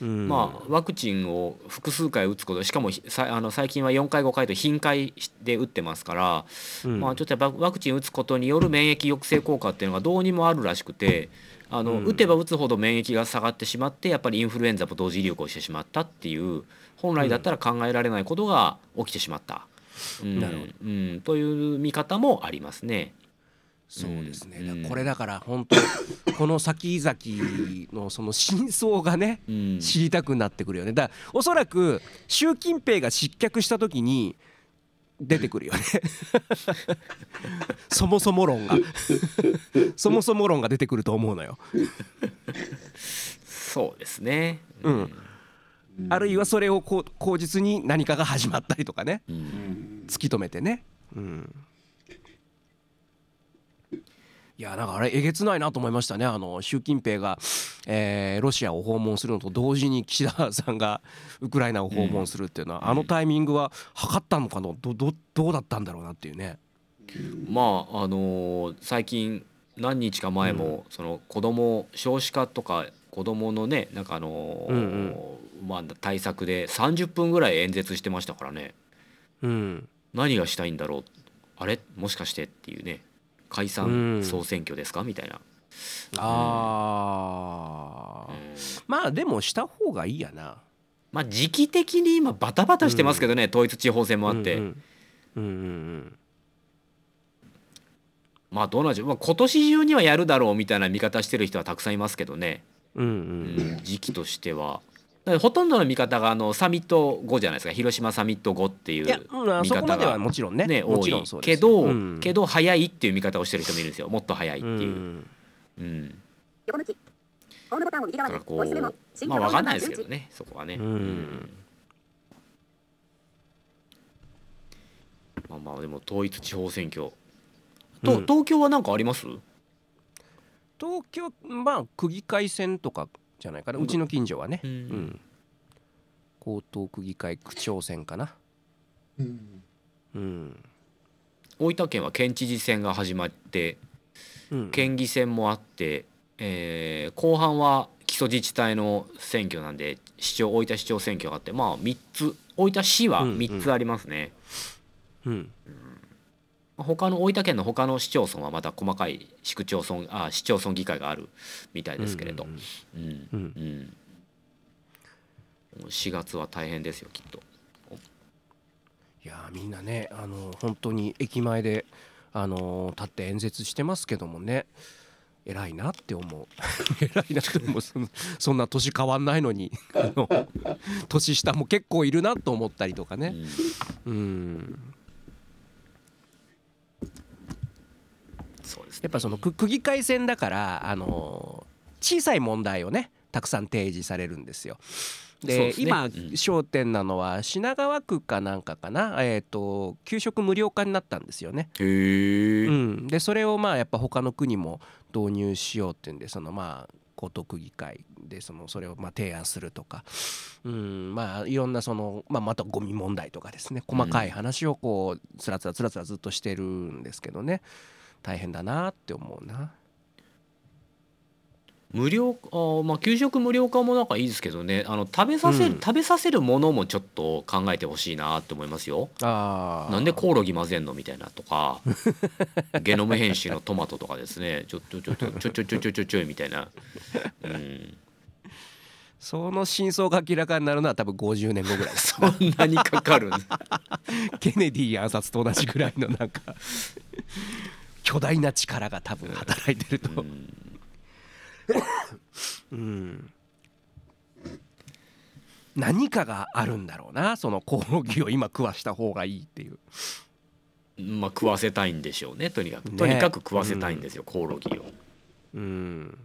[SPEAKER 1] うん
[SPEAKER 3] まあワクチンを複数回打つことしかもひさあの最近は4回5回と頻回で打ってますから
[SPEAKER 1] うん
[SPEAKER 3] まあ、ちょっとやっぱワクチン打つことによる免疫抑制効果っていうのがどうにもあるらしくてあの、
[SPEAKER 1] うん
[SPEAKER 3] 打てば打つほど免疫が下がってしまってやっぱりインフルエンザも同時流行してしまったっていう本来だったら考えられないことが起きてしまった、うん
[SPEAKER 1] なるほど
[SPEAKER 3] うん、という見方もありますね。
[SPEAKER 1] そうですね、
[SPEAKER 3] うん
[SPEAKER 1] だからこれだから本当この先々のその真相がね
[SPEAKER 3] うん
[SPEAKER 1] 知りたくなってくるよねだからおそらく習近平が失脚した時に出てくる よねそもそも論がそもそも論が出てくると思うのよ
[SPEAKER 3] そうですね、
[SPEAKER 1] うんあるいはそれをこう口実に何かが始まったりとかね
[SPEAKER 3] うん
[SPEAKER 2] うん
[SPEAKER 1] 突き止めてね、うん、いやなんかあれえげつないなと思いましたねあの習近平が、えーロシアを訪問するのと同時に岸田さんが ウクライナを訪問するっていうのは、あのタイミングは測ったのかのどどどうだったんだろうなっていうね。
[SPEAKER 3] まああのー最近何日か前も、その子供少子化とか子供のねなんかあのー
[SPEAKER 1] うん
[SPEAKER 3] まあ、対策で30分ぐらい演説してましたからね
[SPEAKER 1] うん、
[SPEAKER 3] 何がしたいんだろうあれもしかしてっていうね解
[SPEAKER 1] う
[SPEAKER 3] 散
[SPEAKER 1] ん
[SPEAKER 3] 総選挙ですかみたいな、
[SPEAKER 1] あ
[SPEAKER 3] うん
[SPEAKER 1] ーまあでもした方がいいやな。
[SPEAKER 3] まあ時期的に今バタバタしてますけどね、統一地方選もあって、
[SPEAKER 1] うんうんうんうん
[SPEAKER 3] まあどうなんでしょう、まあ、今年中にはやるだろうみたいな見方してる人はたくさんいますけどね、
[SPEAKER 1] うんうんうん
[SPEAKER 3] 時期としては。だからほとんどの見方があのサミット後じゃないですか広島サミット後っていう
[SPEAKER 1] いや、うん、あ
[SPEAKER 3] 見
[SPEAKER 1] そこま
[SPEAKER 3] 方
[SPEAKER 1] では
[SPEAKER 3] が、
[SPEAKER 1] もちろんね
[SPEAKER 3] ね、
[SPEAKER 1] も
[SPEAKER 3] 多
[SPEAKER 1] ちろ
[SPEAKER 3] い
[SPEAKER 1] んそうで
[SPEAKER 3] け
[SPEAKER 1] すよ
[SPEAKER 3] ど、
[SPEAKER 1] うん
[SPEAKER 3] けど早いっていう見方をしてる人もいるんですよもっと早いっていうう。
[SPEAKER 1] ん
[SPEAKER 3] うん
[SPEAKER 4] 横向き。ホームボタンを右
[SPEAKER 3] だ
[SPEAKER 4] 側に
[SPEAKER 3] からこ
[SPEAKER 4] 押しメモ。
[SPEAKER 3] うまあわかんないですけどねそこはね。
[SPEAKER 1] うん
[SPEAKER 3] まあまあでも統一地方選挙。
[SPEAKER 1] う
[SPEAKER 3] と
[SPEAKER 1] ん
[SPEAKER 3] 東京は何かあります
[SPEAKER 1] 東京まあ区議会選とかじゃないかなうちの近所はね、
[SPEAKER 3] う
[SPEAKER 1] うんん、江東区議会区長選かな、
[SPEAKER 2] うん
[SPEAKER 1] うん
[SPEAKER 3] 大分県は県知事選が始まって
[SPEAKER 1] うん、
[SPEAKER 3] 県議選もあって、えー後半は基礎自治体の選挙なんで市長大分市長選挙があってまあ3つ大分市は
[SPEAKER 1] うんうん
[SPEAKER 3] 3つありますね、
[SPEAKER 1] うん
[SPEAKER 3] まあ他の大分県の他の市町村はまた細かい市区町村あ市町村議会があるみたいですけれど
[SPEAKER 1] うん
[SPEAKER 3] うん
[SPEAKER 1] うん
[SPEAKER 3] うん4月は大変ですよきっと
[SPEAKER 1] いやーみんなねあの本当に駅前であのー立って演説してますけどもね偉いなって思う 偉いなって思うそのそんな年変わんないのに あの年下も結構いるなと思ったりとかね、
[SPEAKER 3] うん
[SPEAKER 1] うん、
[SPEAKER 3] そうですね
[SPEAKER 1] やっぱその区区議会選だから、あのー小さい問題をねたくさん提示されるんですよ。
[SPEAKER 3] そう
[SPEAKER 1] で
[SPEAKER 3] ですね
[SPEAKER 1] 今、
[SPEAKER 3] うん
[SPEAKER 1] 焦点なのは品川区かなんかかな、えー、と給食無料化になったんですよね。
[SPEAKER 3] へえ、
[SPEAKER 1] うん、でそれをまあやっぱ他の国も導入しようっていうんでそのまあ江東区議会でそのそれをまあ提案するとか、うん、まあいろんなその、まあ、またゴミ問題とかですね細かい話をこうつらつらつらつらずっとしてるんですけどね大変だなって思うな。
[SPEAKER 3] 無料あーまあ給食無料化もなんかいいですけどねあの食べさせる、
[SPEAKER 1] うん
[SPEAKER 3] 食べさせるものもちょっと考えてほしいなって思いますよ
[SPEAKER 1] あー
[SPEAKER 3] なんでコオロギ混ぜんのみたいなとかゲノム編集のトマトとかですねちょちょちょちょちょちょちょちょちょちょいみたいな、うん、
[SPEAKER 1] その真相が明らかになるのは多分50年後ぐらい です
[SPEAKER 3] そんなにかかるんだ
[SPEAKER 1] ケネディ暗殺と同じぐらいのなん か巨大な力が多分働いてると、うん、何かがあるんだろうなそのコオロギを今食わした方がいいっていう
[SPEAKER 3] うん、まあ食わせたいんでしょうねとにかく、
[SPEAKER 1] ね
[SPEAKER 3] とにかく食わせたいんですよ、コオロギを
[SPEAKER 1] うん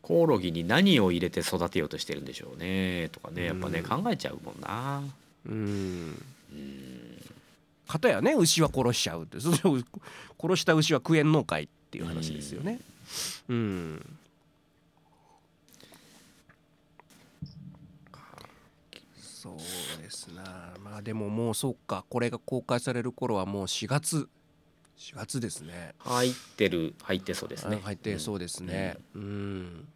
[SPEAKER 3] コオロギに何を入れて育てようとしてるんでしょうねとかねやっぱね、
[SPEAKER 1] うん
[SPEAKER 3] 考えちゃうもんな
[SPEAKER 1] うん
[SPEAKER 3] うん
[SPEAKER 1] かたやね牛は殺しちゃうってそれを殺した牛は食えんのかいっていう話ですよねうんそうですなまあでももうそっかこれが公開される頃はもう4月4月ですね
[SPEAKER 3] 入ってる入ってそうですね
[SPEAKER 1] あ入ってそうですねうん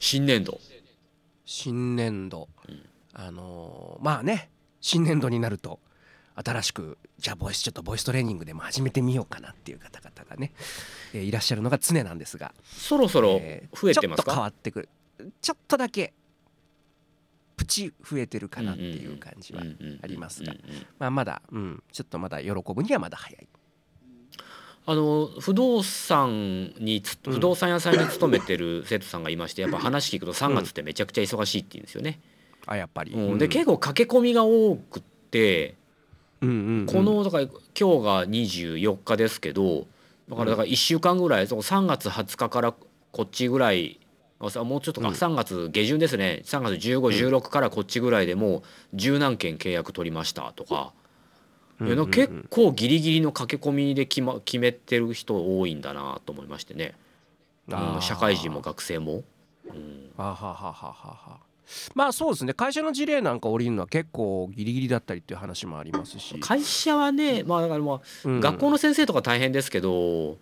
[SPEAKER 3] 新年度
[SPEAKER 1] 新年度、
[SPEAKER 3] うん
[SPEAKER 1] あのーまあね新年度になると新しくじゃあボイスちょっとボイストレーニングでも始めてみようかなっていう方々がね、えーいらっしゃるのが常なんですが、
[SPEAKER 3] そろそろ
[SPEAKER 1] えー
[SPEAKER 3] 増えてま
[SPEAKER 1] ちょ
[SPEAKER 3] す
[SPEAKER 1] っと変
[SPEAKER 3] か、
[SPEAKER 1] わってくるちょっとだけプチ増えてるかなっていう感じは、
[SPEAKER 3] うんうんうん
[SPEAKER 1] ありますが
[SPEAKER 3] うんうんうん
[SPEAKER 1] まあ、まだ、うん、ちょっとまだ喜ぶにはまだ早い。
[SPEAKER 3] あの不動産につ
[SPEAKER 1] うん
[SPEAKER 3] 不動産屋さんに勤めてる生徒さんがいましてやっぱ話聞くと3月ってめちゃくちゃ忙しいって言うんですよね。
[SPEAKER 1] あやっぱり、
[SPEAKER 3] うん
[SPEAKER 1] うん
[SPEAKER 3] で結構駆け込みが多くって
[SPEAKER 1] うんうんうん
[SPEAKER 3] このだから今日が24日ですけどだからだから1週間ぐらいそう3月20日からこっちぐらいあさもうちょっとか
[SPEAKER 1] うん
[SPEAKER 3] 3月下旬ですね3月1516からこっちぐらいでもう十何件契約取りましたと
[SPEAKER 1] う
[SPEAKER 3] か。い
[SPEAKER 1] んう
[SPEAKER 3] や
[SPEAKER 1] ん
[SPEAKER 3] な
[SPEAKER 1] うん
[SPEAKER 3] か結構ギリギリの駆け込みで決,、ま、決めてる人多いんだなと思いましてね、
[SPEAKER 1] あ
[SPEAKER 3] うん
[SPEAKER 1] ー
[SPEAKER 3] 社会人も学生も、うん
[SPEAKER 1] ははははははまあそうですね会社の事例なんか降りるのは結構ギリギリだったりっていう話もありますし、
[SPEAKER 3] 会社はねまあだからまあ、
[SPEAKER 1] うん
[SPEAKER 3] 学校の先生とか大変ですけど、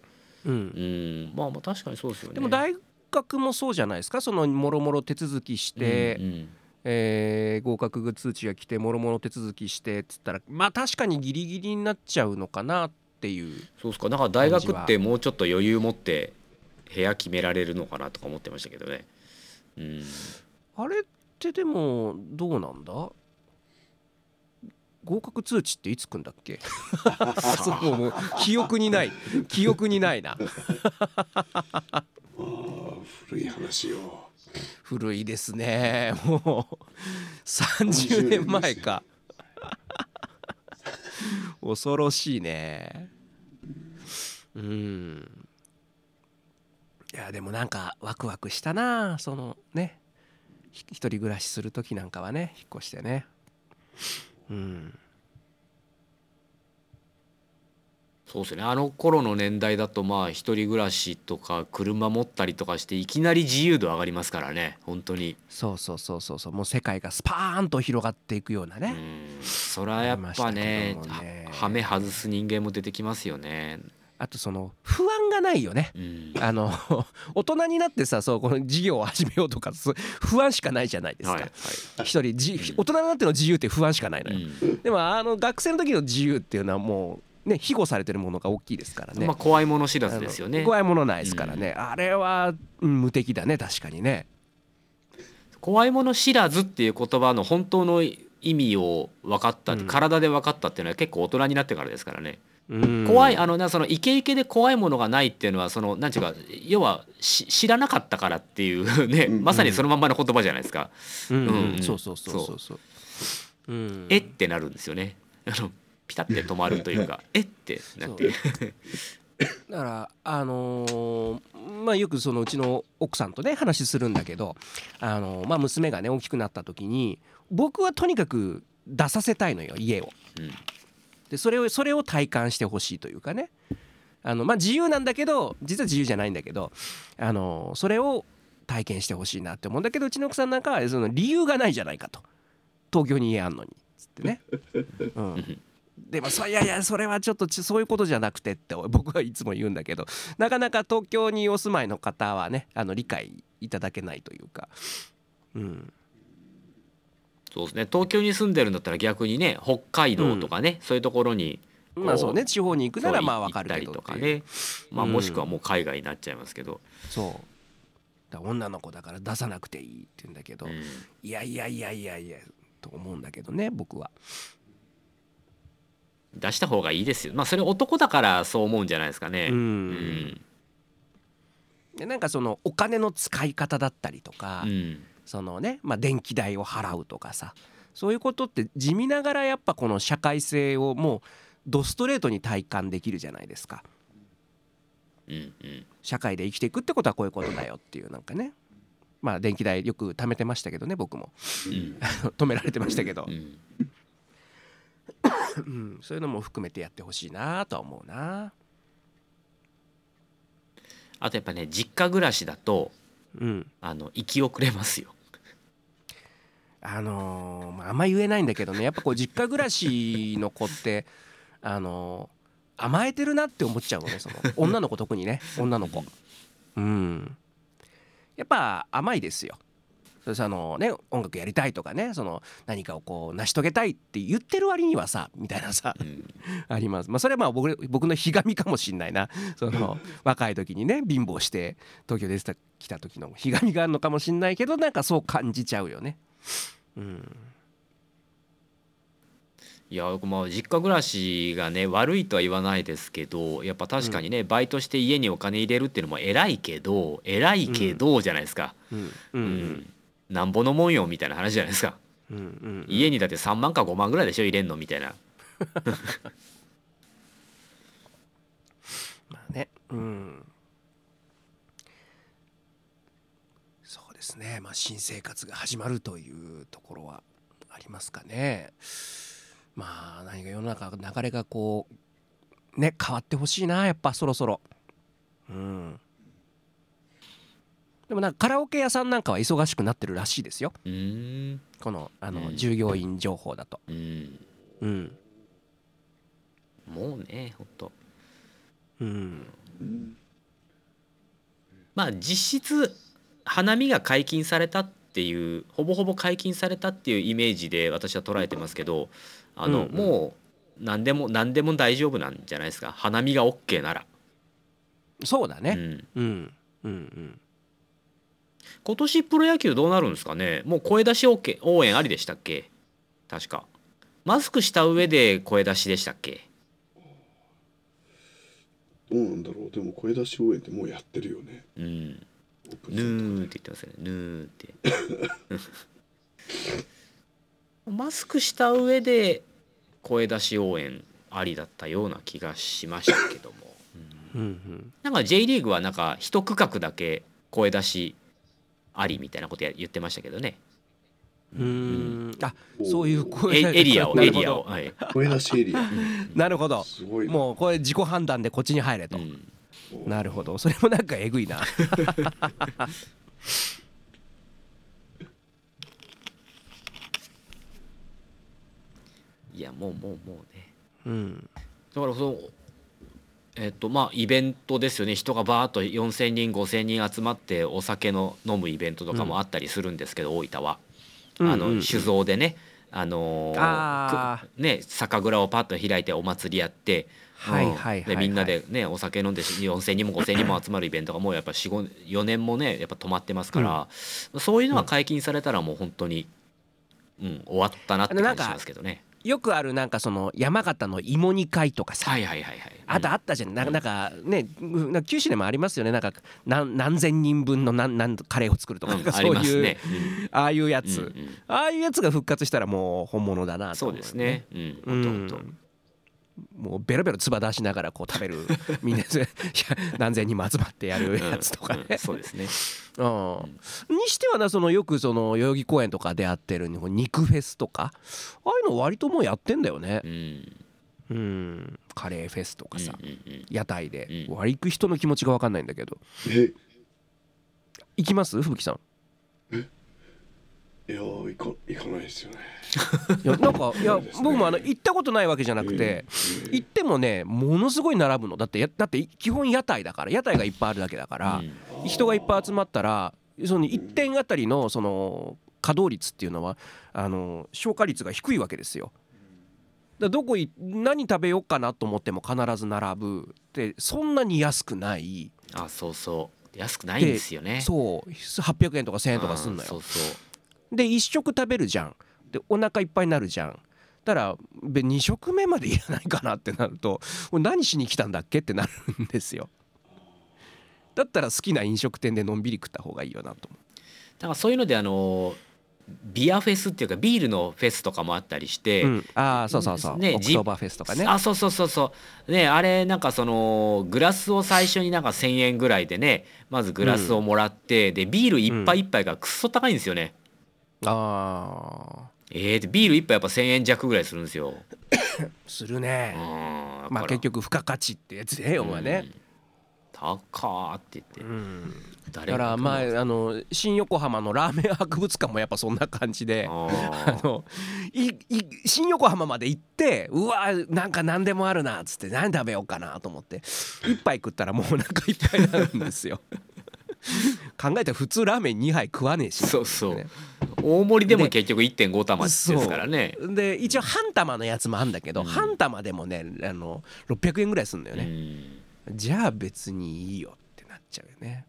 [SPEAKER 1] うん
[SPEAKER 3] うん、まあまあ確かにそうですよね
[SPEAKER 1] でも大学もそうじゃないですかそのもろもろ手続きして、
[SPEAKER 3] うんうん
[SPEAKER 1] えー合格通知が来てもろもろ手続きしてっつったらまあ確かにギリギリになっちゃうのかなっていう
[SPEAKER 3] そうですかだから大学ってもうちょっと余裕持って部屋決められるのかなとか思ってましたけどね、うん、
[SPEAKER 1] あれってでもどうなんだ合格通知っていつ来んだっけ そうもうもう記憶にない記憶にないな
[SPEAKER 2] ああ古い話よ
[SPEAKER 1] 古いですね もう30年前か恐ろしいねうんいやでもなんかワクワクしたなそのねひ一人暮らしする時なんかはね引っ越してねうん
[SPEAKER 3] そうですねあの頃の年代だとまあ一人暮らしとか車持ったりとかしていきなり自由度上がりますからね本当に
[SPEAKER 1] そうそうそうそうそうもう世界がスパーンと広がっていくような
[SPEAKER 3] う
[SPEAKER 1] ね、
[SPEAKER 3] んそれはやっぱね
[SPEAKER 1] ありましたけどもね
[SPEAKER 3] ははめ外す人間も出てきますよね
[SPEAKER 1] あとその不安がないよね
[SPEAKER 3] うん
[SPEAKER 1] あの 大人になってさそうこの事業を始めようとかそう不安しかないじゃないですか、
[SPEAKER 3] はいはい
[SPEAKER 1] 一人じ
[SPEAKER 3] うん
[SPEAKER 1] 大人になっての自由って不安しかないのよ、
[SPEAKER 3] う
[SPEAKER 1] でもあの学生の時の自由っていうのはもうね庇護されてるものが大きいですから
[SPEAKER 3] ん
[SPEAKER 1] ね、
[SPEAKER 3] まあ怖いもの知ら
[SPEAKER 1] あ
[SPEAKER 3] ず
[SPEAKER 1] の
[SPEAKER 3] ですよね
[SPEAKER 1] 怖いものないですからね、あれは、うん無敵だね確かにね
[SPEAKER 3] 怖いもの知らずっていう言葉の本当の意味を分かった、
[SPEAKER 1] うん
[SPEAKER 3] 体で分かったっていうのは結構大人になってからですからね
[SPEAKER 1] うん
[SPEAKER 3] 怖いあのなそのイケイケで怖いものがないっていうのはそのなんていうか要はし知らなかったからっていう ね、
[SPEAKER 2] うん
[SPEAKER 3] まさにそのまんまの言葉じゃないですか、
[SPEAKER 1] うんうん
[SPEAKER 3] うん
[SPEAKER 1] そうそうそうそうそううん
[SPEAKER 3] えってなるんですよねあのピタって止まるという かえってなって
[SPEAKER 1] だからあのーまあよくそのうちの奥さんとね話するんだけど、あのーまあ、娘がね大きくなった時に僕はとにかく出させたいのよ家を。
[SPEAKER 3] うん
[SPEAKER 1] でそれをそれを体感してほしいというかねあの、まあ、自由なんだけど実は自由じゃないんだけど、あのーそれを体験してほしいなって思うんだけどうちの奥さんなんか はその理由がないじゃないかと東京に家あんのにっつってね。うん
[SPEAKER 3] うん
[SPEAKER 1] でもそいやいやそれはちょっとちそういうことじゃなくて って僕はいつも言うんだけどなかなか東京にお住まいの方はねあの理解いただけないというか、うん、
[SPEAKER 3] そうですね東京に住んでるんだったら逆にね北海道とかね、そういうところに
[SPEAKER 1] まあそうね地方に行くならまあわかるけ
[SPEAKER 3] 行
[SPEAKER 1] ど
[SPEAKER 3] ったりとか
[SPEAKER 1] っていう
[SPEAKER 3] ね、まあ、
[SPEAKER 1] うん
[SPEAKER 3] もしくはもう海外になっちゃいますけど、
[SPEAKER 1] そうだから女の子だから出さなくていいって言うんだけど、
[SPEAKER 3] うん
[SPEAKER 1] いやいやいやいやいやと思うんだけどね僕は
[SPEAKER 3] 出した方がいいですよまあそれ男だからそう思うんじゃないですかね。
[SPEAKER 1] うん
[SPEAKER 3] うん
[SPEAKER 1] でなんかそのお金の使い方だったりとか、
[SPEAKER 3] うん
[SPEAKER 1] そのね、まあ、電気代を払うとかさそういうことって地味ながらやっぱこの社会性をもうドストレートに体感できるじゃないですか
[SPEAKER 3] うんうん
[SPEAKER 1] 社会で生きていくってことはこういうことだよっていうなんかねまあ電気代よく貯めてましたけどね僕も
[SPEAKER 3] うん
[SPEAKER 1] 止められてましたけど
[SPEAKER 3] う、ん
[SPEAKER 1] うん、そういうのも含めてやってほしいなとは思うな
[SPEAKER 3] あとやっぱね実家暮らしだと
[SPEAKER 1] うん
[SPEAKER 3] あの生き遅れますよ。
[SPEAKER 1] あのーまあ、あんま言えないんだけどねやっぱこう実家暮らしの子って あのー甘えてるなって思っちゃうのねその女の子特にね女の子うんやっぱ甘いですよそれさあのね音楽やりたいとかねその何かをこう成し遂げたいって言ってる割にはさみたいなさ
[SPEAKER 3] うん
[SPEAKER 1] あります。まあ、それはまあ僕僕のひがみかもしんないなその若い時にね貧乏して東京出てきた時のひがみがあるのかもしんないけどなんかそう感じちゃうよね。うん、
[SPEAKER 3] いやまあ実家暮らしがね悪いとは言わないですけどやっぱ確かにね、バイトして家にお金入れるっていうのも偉いけど偉いけどじゃないですか、
[SPEAKER 1] うんう
[SPEAKER 3] うん
[SPEAKER 1] ん
[SPEAKER 3] なんぼのもんよみたいな話じゃないですか
[SPEAKER 1] うんうん
[SPEAKER 3] 家にだって3万か5万ぐらいでしょ入れんのみたいな
[SPEAKER 1] まあねうんそうですねまあ新生活が始まるというところはありますかねまあ何か世の中流れがこうね変わってほしいなやっぱそろそろうんでもなんかカラオケ屋さんなんかは忙しくなってるらしいですよ
[SPEAKER 3] うーん
[SPEAKER 1] このあ
[SPEAKER 3] う
[SPEAKER 1] の
[SPEAKER 3] ん
[SPEAKER 1] 従業員情報だと
[SPEAKER 3] うん
[SPEAKER 1] うん
[SPEAKER 3] もうねほんと
[SPEAKER 1] うん
[SPEAKER 2] うん
[SPEAKER 3] まあ実質花見が解禁されたっていうほぼほぼ解禁されたっていうイメージで私は捉えてますけどあ
[SPEAKER 1] うん
[SPEAKER 3] の、
[SPEAKER 1] うん
[SPEAKER 3] もう何でも何でも大丈夫なんじゃないですか花見が OK なら、
[SPEAKER 1] そうだ
[SPEAKER 3] う
[SPEAKER 1] ね
[SPEAKER 3] ん、
[SPEAKER 1] うんうんうん
[SPEAKER 3] 今年プロ野球どうなるんですかねもう声出し OK 応援ありでしたっけ確かマスクした上で声出しでしたっけ
[SPEAKER 2] どうなんだろうでも声出し応援ってもうやってるよね
[SPEAKER 3] うん
[SPEAKER 2] オープン
[SPEAKER 3] ぬーって言ってますよねぬーって マスクした上で声出し応援ありだったような気がしましたけども、うん
[SPEAKER 1] うんうん
[SPEAKER 3] なんか J リーグはなんか一区画だけ声出しありみたいなことや言ってましたけどね
[SPEAKER 1] うーんあ
[SPEAKER 2] お ー
[SPEAKER 1] そういう声
[SPEAKER 3] えエ リアをエリアを、
[SPEAKER 1] を
[SPEAKER 3] はい
[SPEAKER 2] 声出しエリア
[SPEAKER 1] なるほど
[SPEAKER 2] すごいな
[SPEAKER 1] もうこれ自己判断でこっちに入れと、
[SPEAKER 3] うん
[SPEAKER 1] なるほどそれもなんかえぐいな
[SPEAKER 3] いやもうもうもうね
[SPEAKER 1] うん
[SPEAKER 3] だからそのえっとまあイベントですよね人がバーッと4,000人5,000人集まってお酒の飲むイベントとかもあったりするんですけど、大分は、あ
[SPEAKER 1] うんうんう
[SPEAKER 3] の
[SPEAKER 1] ん
[SPEAKER 3] 酒造でねあのー
[SPEAKER 1] あー
[SPEAKER 3] くね酒蔵をパッと開いてお祭りやって、
[SPEAKER 1] はい
[SPEAKER 3] うん
[SPEAKER 1] はいはい
[SPEAKER 3] でみんなでねお酒飲んで4,000人も5,000人も集まるイベントがもうやっぱ4年もねやっぱ止まってますから、そういうのが解禁されたらもう本当に、うん、終わったなって感じしますけどね。
[SPEAKER 1] よくあるなんかその山形の芋煮会とかさ、
[SPEAKER 3] はいはいはいはい。
[SPEAKER 1] あとあったじゃん、ななんかねうんなんか九州でもありますよねなんか何何千人分の何何カレーを作るとか,、
[SPEAKER 3] うん
[SPEAKER 1] なんか
[SPEAKER 3] あ
[SPEAKER 1] そ
[SPEAKER 3] り
[SPEAKER 1] う
[SPEAKER 3] ます
[SPEAKER 1] いう、
[SPEAKER 3] ね。
[SPEAKER 1] ああいうやつ、
[SPEAKER 3] うんうん
[SPEAKER 1] ああいうやつが復活したらもう本物だなと
[SPEAKER 3] そう
[SPEAKER 1] 思う
[SPEAKER 3] で
[SPEAKER 1] よ
[SPEAKER 3] すね。うん、
[SPEAKER 1] う
[SPEAKER 3] 本
[SPEAKER 1] ん
[SPEAKER 3] 当本
[SPEAKER 1] もうベロベロ唾出しながらこう食べる みんな でいや何千人も集まってやる
[SPEAKER 3] 当
[SPEAKER 1] やつとかね、
[SPEAKER 3] うんうんそうです ね。
[SPEAKER 1] うん、にしてはなそのよくその代々木公園とかでやってる肉フェスとかああいうの割ともうやってんだよね
[SPEAKER 3] う、ん。
[SPEAKER 1] うん、カレーフェスとかさ、
[SPEAKER 3] うんうん
[SPEAKER 1] 屋台で、
[SPEAKER 3] うん
[SPEAKER 1] 割り行く人の気持ちが分かんないんだけど
[SPEAKER 2] え
[SPEAKER 1] 行きます吹雪さん
[SPEAKER 2] いやー行行こ行かないですよね。
[SPEAKER 1] いやなんかい や
[SPEAKER 2] そうですね
[SPEAKER 1] 僕もあの行ったことないわけじゃなくて
[SPEAKER 2] うん
[SPEAKER 1] 行ってもねものすごい並ぶのだってやだって基本屋台だから屋台がいっぱいあるだけだから
[SPEAKER 3] うん
[SPEAKER 1] 人がいっぱい集まったらその1点あたりのその稼働率っていうのはあの消化率が低いわけですよ。だからどこい何食べようかなと思っても必ず並ぶでそんなに安くない
[SPEAKER 3] あそうそう安くないんですよね
[SPEAKER 1] そう800円とか1,000円とかすんの
[SPEAKER 3] あ
[SPEAKER 1] よ
[SPEAKER 3] ー。そうそう
[SPEAKER 1] で1食食べるじゃんでお腹いっぱいになるじゃんだから2食目までいらないかなってなると俺何しに来たんだっけってなるんですよだったら好きな飲食店でのんびり食った方がいいよなと思
[SPEAKER 3] だからそういうのであのビアフェスっていうかビールのフェスとかもあったりして、
[SPEAKER 1] う、うん、ああそうそうそう、
[SPEAKER 3] ね
[SPEAKER 1] オクトーバーフェスとかね
[SPEAKER 3] あそうそうそうそうねあれなんかそのグラスを最初になんか1,000円ぐらいでねまずグラスをもらって、でビール一杯一杯がくっそ高いんですよね、
[SPEAKER 1] あ
[SPEAKER 3] えーでビール一杯やっぱ1,000円弱ぐらいするんですよ、
[SPEAKER 1] ーする
[SPEAKER 3] う
[SPEAKER 1] ね
[SPEAKER 3] ん
[SPEAKER 1] まあ結局付加価値ってやつで要はね、
[SPEAKER 3] 高ーって
[SPEAKER 1] う
[SPEAKER 3] 言って
[SPEAKER 1] ん、だ
[SPEAKER 3] 誰
[SPEAKER 1] か
[SPEAKER 3] が
[SPEAKER 1] らまああの新横浜のラーメン博物館もやっぱそんな感じであ
[SPEAKER 3] あ
[SPEAKER 1] のいい新横浜まで行ってうわなんか何でもあるなっつって何食べようかなと思って一杯食ったらもうお腹いっぱいになるんです よ考えたら普通ラーメン2杯食わねえし
[SPEAKER 3] そうそう
[SPEAKER 1] ね
[SPEAKER 3] 大盛りでも
[SPEAKER 1] で
[SPEAKER 3] 結局1.5玉ですからね
[SPEAKER 1] で一応半玉のやつもあんだけど、
[SPEAKER 3] うん
[SPEAKER 1] 半玉でもねあの600円ぐらいすんだよね、じゃあ別にいいよってなっちゃうよね、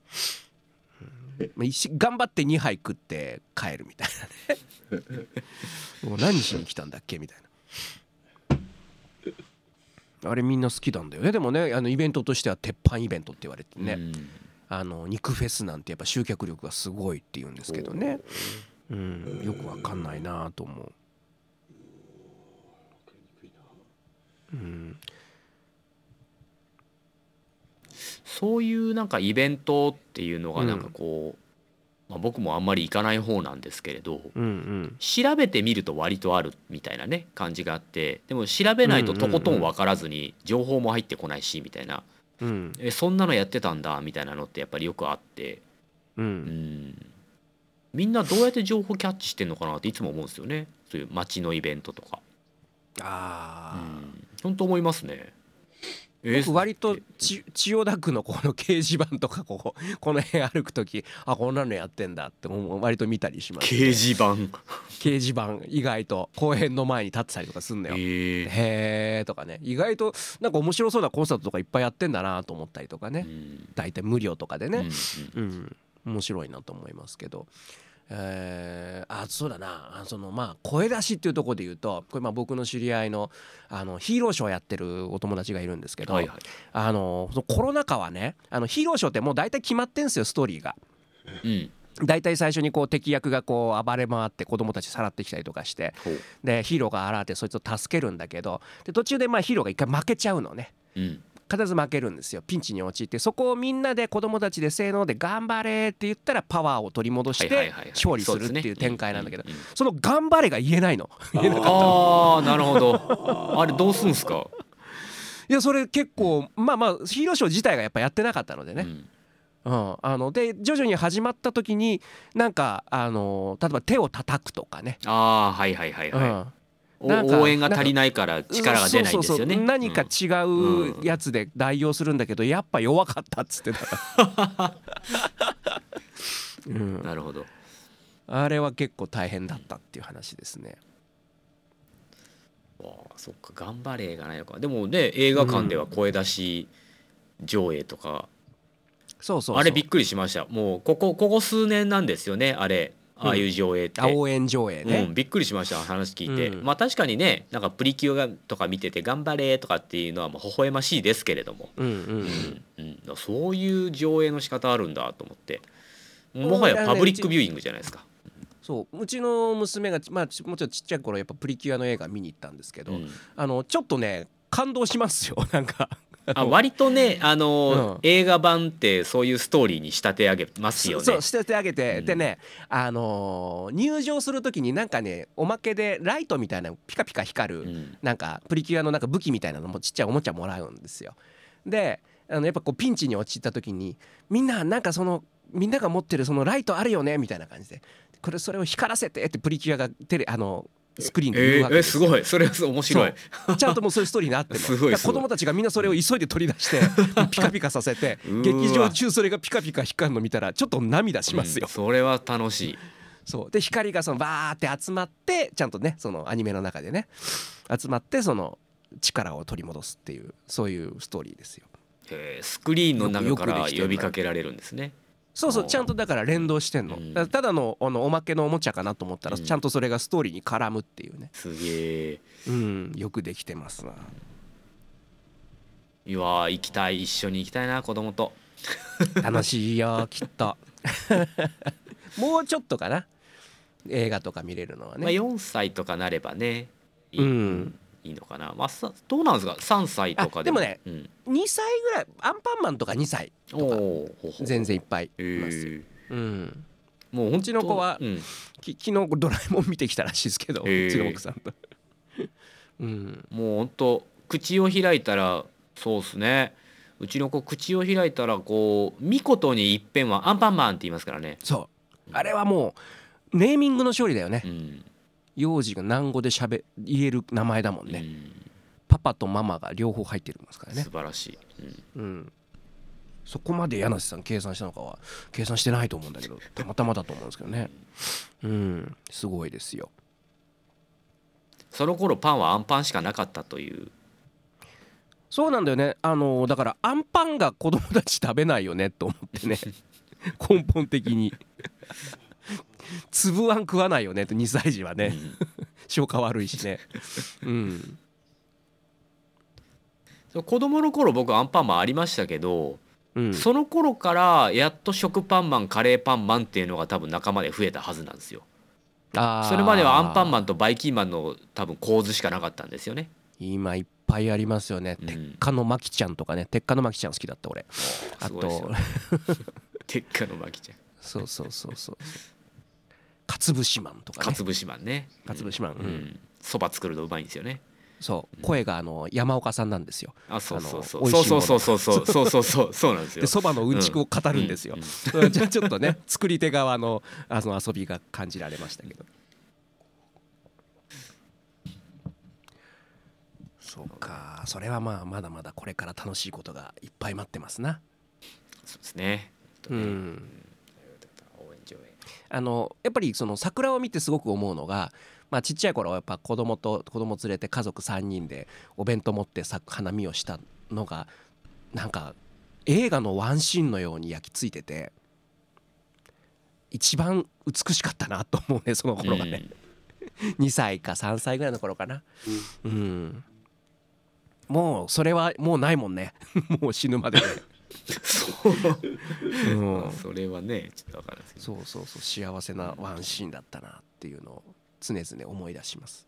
[SPEAKER 1] うんまあ、一頑張って2杯食って帰るみたい なねもう何しに来たんだっけみたいなあれみんな好きなんだよねでもねあのイベントとしては鉄板イベントって言われて
[SPEAKER 3] うん
[SPEAKER 1] ね、
[SPEAKER 3] うん
[SPEAKER 1] あの肉フェスなんてやっぱ集客力がすごいって言うんですけどね、うん、よくわかんないなと思う。うん、
[SPEAKER 3] そういうなんかイベントっていうのがなんかこう、まあ、僕もあんまり行かない方なんですけれど
[SPEAKER 1] うん、うん、
[SPEAKER 3] 調べてみると割とあるみたいなね感じがあってでも調べないととことん分からずに情報も入ってこないしみたいな、
[SPEAKER 1] うん、
[SPEAKER 3] えそんなのやってたんだみたいなのってやっぱりよくあって
[SPEAKER 1] う、
[SPEAKER 3] うんんみんなどうやって情報キャッチしてんのかなっていつも思うんですよねそういう街のイベントとか、う
[SPEAKER 1] ああ。
[SPEAKER 3] ん、本当思いますね。え
[SPEAKER 1] 僕割とち千代田区のこの掲示板とかこここの辺歩く時あこんなのやってんだって思う割と見たりします
[SPEAKER 3] 掲示板
[SPEAKER 1] 掲示板意外と公園の前に立ってたりとかすんのよ
[SPEAKER 3] ええ
[SPEAKER 1] へーとかね意外となんか面白そうなコンサートとかいっぱいやってんだなと思ったりとかね
[SPEAKER 3] うん
[SPEAKER 1] 大体無料とかでね、
[SPEAKER 3] うん
[SPEAKER 1] うん、面白いなと思いますけど、えーあそうだなあそのまあ声出しっていうところで言うとこれまあ僕の知り合いのあのヒーローショーやってるお友達がいるんですけど、
[SPEAKER 3] はいは
[SPEAKER 1] あのそのコロナ禍はねあのヒーローショーってもう大体決まってんすよストーリーが。
[SPEAKER 3] い。うん。
[SPEAKER 1] 大体最初にこう敵役がこう暴れ回って子供たちさらってきたりとかして
[SPEAKER 3] ほう。
[SPEAKER 1] でヒーローが現れてそいつを助けるんだけどで途中でまあヒーローが一回負けちゃうのね。
[SPEAKER 3] うん。
[SPEAKER 1] 必ず負けるんですよピンチに陥ってそこをみんなで子供たちでせーので頑張れって言ったらパワーを取り戻し
[SPEAKER 3] はいはい
[SPEAKER 1] て
[SPEAKER 3] はいはい
[SPEAKER 1] 勝利するっ
[SPEAKER 3] そ
[SPEAKER 1] て
[SPEAKER 3] で
[SPEAKER 1] いう展開なんだけど
[SPEAKER 3] うううん
[SPEAKER 1] その頑張れが言えないの言えなかった
[SPEAKER 3] ああ、なるほど。あれどうすんすか。
[SPEAKER 1] いやそれ結構まあまあヒーローショー自体がやっぱやってなかったので
[SPEAKER 3] う
[SPEAKER 1] ね
[SPEAKER 3] ん
[SPEAKER 1] うんあので徐々に始まった時になんかあの例えば手を叩くとかね
[SPEAKER 3] ああ、はいはいはいうは
[SPEAKER 1] ん
[SPEAKER 3] い。お
[SPEAKER 1] なんか
[SPEAKER 3] 応援が足りないから力が出ないんです
[SPEAKER 1] そうそう
[SPEAKER 3] よ
[SPEAKER 1] そ
[SPEAKER 3] ね。
[SPEAKER 1] う何か
[SPEAKER 3] うん
[SPEAKER 1] 違うやつで代用するんだけどやっぱ弱かったっつってたから うん
[SPEAKER 3] なるほど。
[SPEAKER 1] あれは結構大変だったっていう話ですね。
[SPEAKER 3] ああ、そっか。頑張れがないのか。でもね、映画館では声出し上映とか、
[SPEAKER 1] そうそうそう
[SPEAKER 3] あれびっくりしました。もうここここ数年なんですよね。あれ、ああいう上映って。
[SPEAKER 1] あ応援上映
[SPEAKER 3] う
[SPEAKER 1] ね
[SPEAKER 3] ん、。びっくりしました話聞いて、
[SPEAKER 1] うん
[SPEAKER 3] まあ確かにねなんかプリキュアがとか見てて「頑張れ」とかっていうのはもう微笑ましいですけれども、
[SPEAKER 1] うんうん
[SPEAKER 3] うんうん、そういう上映の仕方あるんだと思ってもはやパブリックビューイングじゃないですか。
[SPEAKER 1] そううちの娘が、まあ、ちもちろんちっちゃい頃やっぱプリキュアの映画見に行ったんですけど、
[SPEAKER 3] うん
[SPEAKER 1] あのちょっとね感動しますよ なんか
[SPEAKER 3] あ割とねあの、
[SPEAKER 1] うん
[SPEAKER 3] 映画版ってそういうストーリーに仕立て上げますよね。
[SPEAKER 1] そうしててあげて、
[SPEAKER 3] うん
[SPEAKER 1] でね、あのー入場する時になんかねおまけでライトみたいなピカピカ光る、
[SPEAKER 3] うん
[SPEAKER 1] なんかプリキュアのなんか武器みたいなのもちっちゃいおもちゃもらうんですよ。であのやっぱこうピンチに陥った時にみんななんかそのみんなが持ってるそのライトあるよねみたいな感じで「これそれを光らせてってプリキュアがテレあのスクリーンで
[SPEAKER 3] え
[SPEAKER 1] 言うわけ
[SPEAKER 3] ー、え
[SPEAKER 1] ですすよ、
[SPEAKER 3] ごいそれはそう面白い
[SPEAKER 1] ちゃんともうそういうストーリーになってる
[SPEAKER 3] すごいすごい
[SPEAKER 1] だから子供たちがみんなそれを急いで取り出 してピカピカさせて
[SPEAKER 3] うーわ
[SPEAKER 1] 劇場中それがピカピカ光るの見たらちょっと涙しますよ
[SPEAKER 3] うん、それは楽しい
[SPEAKER 1] そうで光がそのバーって集まってちゃんとねそのアニメの中でね集まってその力を取り戻すっていうそういうストーリーですよ
[SPEAKER 3] へースクリーンの中から呼びかけられるんですね
[SPEAKER 1] そうそ
[SPEAKER 3] あ
[SPEAKER 1] う
[SPEAKER 3] ー
[SPEAKER 1] ちゃんとだから連動してんの、
[SPEAKER 3] うん
[SPEAKER 1] だからただのあのおまけのおもちゃかなと思ったら
[SPEAKER 3] うん
[SPEAKER 1] ちゃんとそれがストーリーに絡むっていうね
[SPEAKER 3] すげえ
[SPEAKER 1] うんよくできてますない
[SPEAKER 3] やー行きたい一緒に行きたいな子供と
[SPEAKER 1] 楽しいよきっと もうちょっとかな映画とか見れるのは
[SPEAKER 3] まあ、
[SPEAKER 1] ね、
[SPEAKER 3] 4歳とかなればねいい,、
[SPEAKER 1] うん
[SPEAKER 3] いいのかな、まあ、さどうなんですか3歳とかでも
[SPEAKER 1] あでもね
[SPEAKER 3] うん、
[SPEAKER 1] 2歳ぐらいアンパンマンとか2歳
[SPEAKER 3] お
[SPEAKER 1] とか
[SPEAKER 3] おーほほ
[SPEAKER 1] 全然いっぱいい
[SPEAKER 3] え
[SPEAKER 1] ますよ、
[SPEAKER 3] ー、
[SPEAKER 1] うん
[SPEAKER 3] もうう
[SPEAKER 1] うちの子は
[SPEAKER 3] うん、
[SPEAKER 1] き昨日ドラえもん見てきたらしいですけど、
[SPEAKER 3] へー
[SPEAKER 1] うちの奥さんと うん
[SPEAKER 3] もうほんと口を開いたらそうっすねうちの子口を開いたらこう見事にいっぺんはアンパンマンって言いますからね、
[SPEAKER 1] そうあれはもうネーミングの勝利だよね
[SPEAKER 3] うん
[SPEAKER 1] 幼児が難語でしゃべ言える名前だもんね、
[SPEAKER 3] うん
[SPEAKER 1] パパとママが両方入ってるんですからね
[SPEAKER 3] 素、晴らしい、うん
[SPEAKER 1] うん、そこまで柳瀬さん計算したのかは計算してないと思うんだけどたまたまだと思うんですけどねうんすごいですよ
[SPEAKER 3] その頃パンはアンパンしかなかったという
[SPEAKER 1] そうなんだよねあのだからアンパンが子供たち食べないよねと思ってね 根本的に粒あん食わないよねと2歳児はね消化悪いしねうん
[SPEAKER 3] そう子供の頃僕アンパンマンありましたけど、
[SPEAKER 1] うん
[SPEAKER 3] その頃からやっと食パンマンカレーパンマンっていうのが多分仲間で増えたはずなんですよ
[SPEAKER 1] あー
[SPEAKER 3] それまではアンパンマンとバイキンマンの多分構図しかなかったんですよね
[SPEAKER 1] 今いっぱいありますよね、
[SPEAKER 3] うん
[SPEAKER 1] 鉄火のまきちゃんとかね鉄火のまきちゃん好きだった俺あ
[SPEAKER 3] すごいですよ
[SPEAKER 1] と
[SPEAKER 3] ね鉄火の巻ちゃん
[SPEAKER 1] そうそうそうそうかつぶしマンとか
[SPEAKER 3] か
[SPEAKER 1] ね
[SPEAKER 3] つぶしマンね
[SPEAKER 1] かつぶしマン、
[SPEAKER 3] う
[SPEAKER 1] うん
[SPEAKER 3] んそば、作るのうまいんですよね
[SPEAKER 1] そう声があの山岡さんなんですよ
[SPEAKER 3] あそうそうそ
[SPEAKER 1] あの
[SPEAKER 3] うそう
[SPEAKER 1] 美
[SPEAKER 3] そう
[SPEAKER 1] 味しいも
[SPEAKER 3] そうそうそうそうそうそうそうなんですよ
[SPEAKER 1] でそばのうんちくを語るんですよ、
[SPEAKER 3] うん
[SPEAKER 1] うん じゃあちょっとね作り手側のあの遊びが感じられましたけどそうかそれはまあまだまだこれから楽しいことがいっぱい待ってますな
[SPEAKER 3] そうですね
[SPEAKER 1] うん
[SPEAKER 3] 応援上映
[SPEAKER 1] あのやっぱりその桜を見てすごく思うのが、まあ、ちっちゃい頃はやっぱ子供と子供連れて家族3人でお弁当持ってさ花見をしたのがなんか映画のワンシーンのように焼き付いてて一番美しかったなと思うね その頃がね、2歳か3歳ぐらいの頃かなうん、もうそれはもうないもんね もう死ぬま でね、
[SPEAKER 3] そう
[SPEAKER 1] うん、
[SPEAKER 3] それはねちょっとわからないですけど
[SPEAKER 1] そうそうそう幸せなワンシーンだったなっていうのを常々思い出します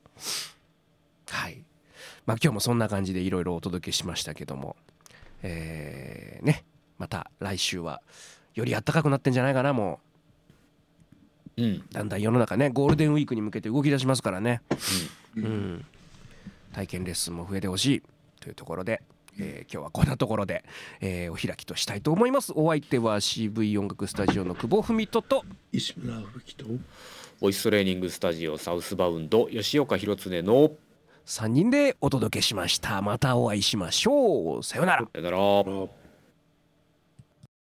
[SPEAKER 1] はいまあ今日もそんな感じでいろいろお届けしましたけどもえーねまた来週はより暖かくなってんじゃないかなも
[SPEAKER 3] うん
[SPEAKER 1] うだんだん世の中ねゴールデンウィークに向けて動き出しますからねうん体験レッスンも増えてほしいというところで、えー今日はこんなところで、えーお開きとしたいと思いますお相手は CV 音楽スタジオの久保文人と
[SPEAKER 2] 石村吹きと
[SPEAKER 3] ボイストレーニングスタジオサウスバウンド吉岡弘恒の
[SPEAKER 1] 3人でお届けしましたまたお会いしましょうさようなら
[SPEAKER 3] さよなら
[SPEAKER 2] あ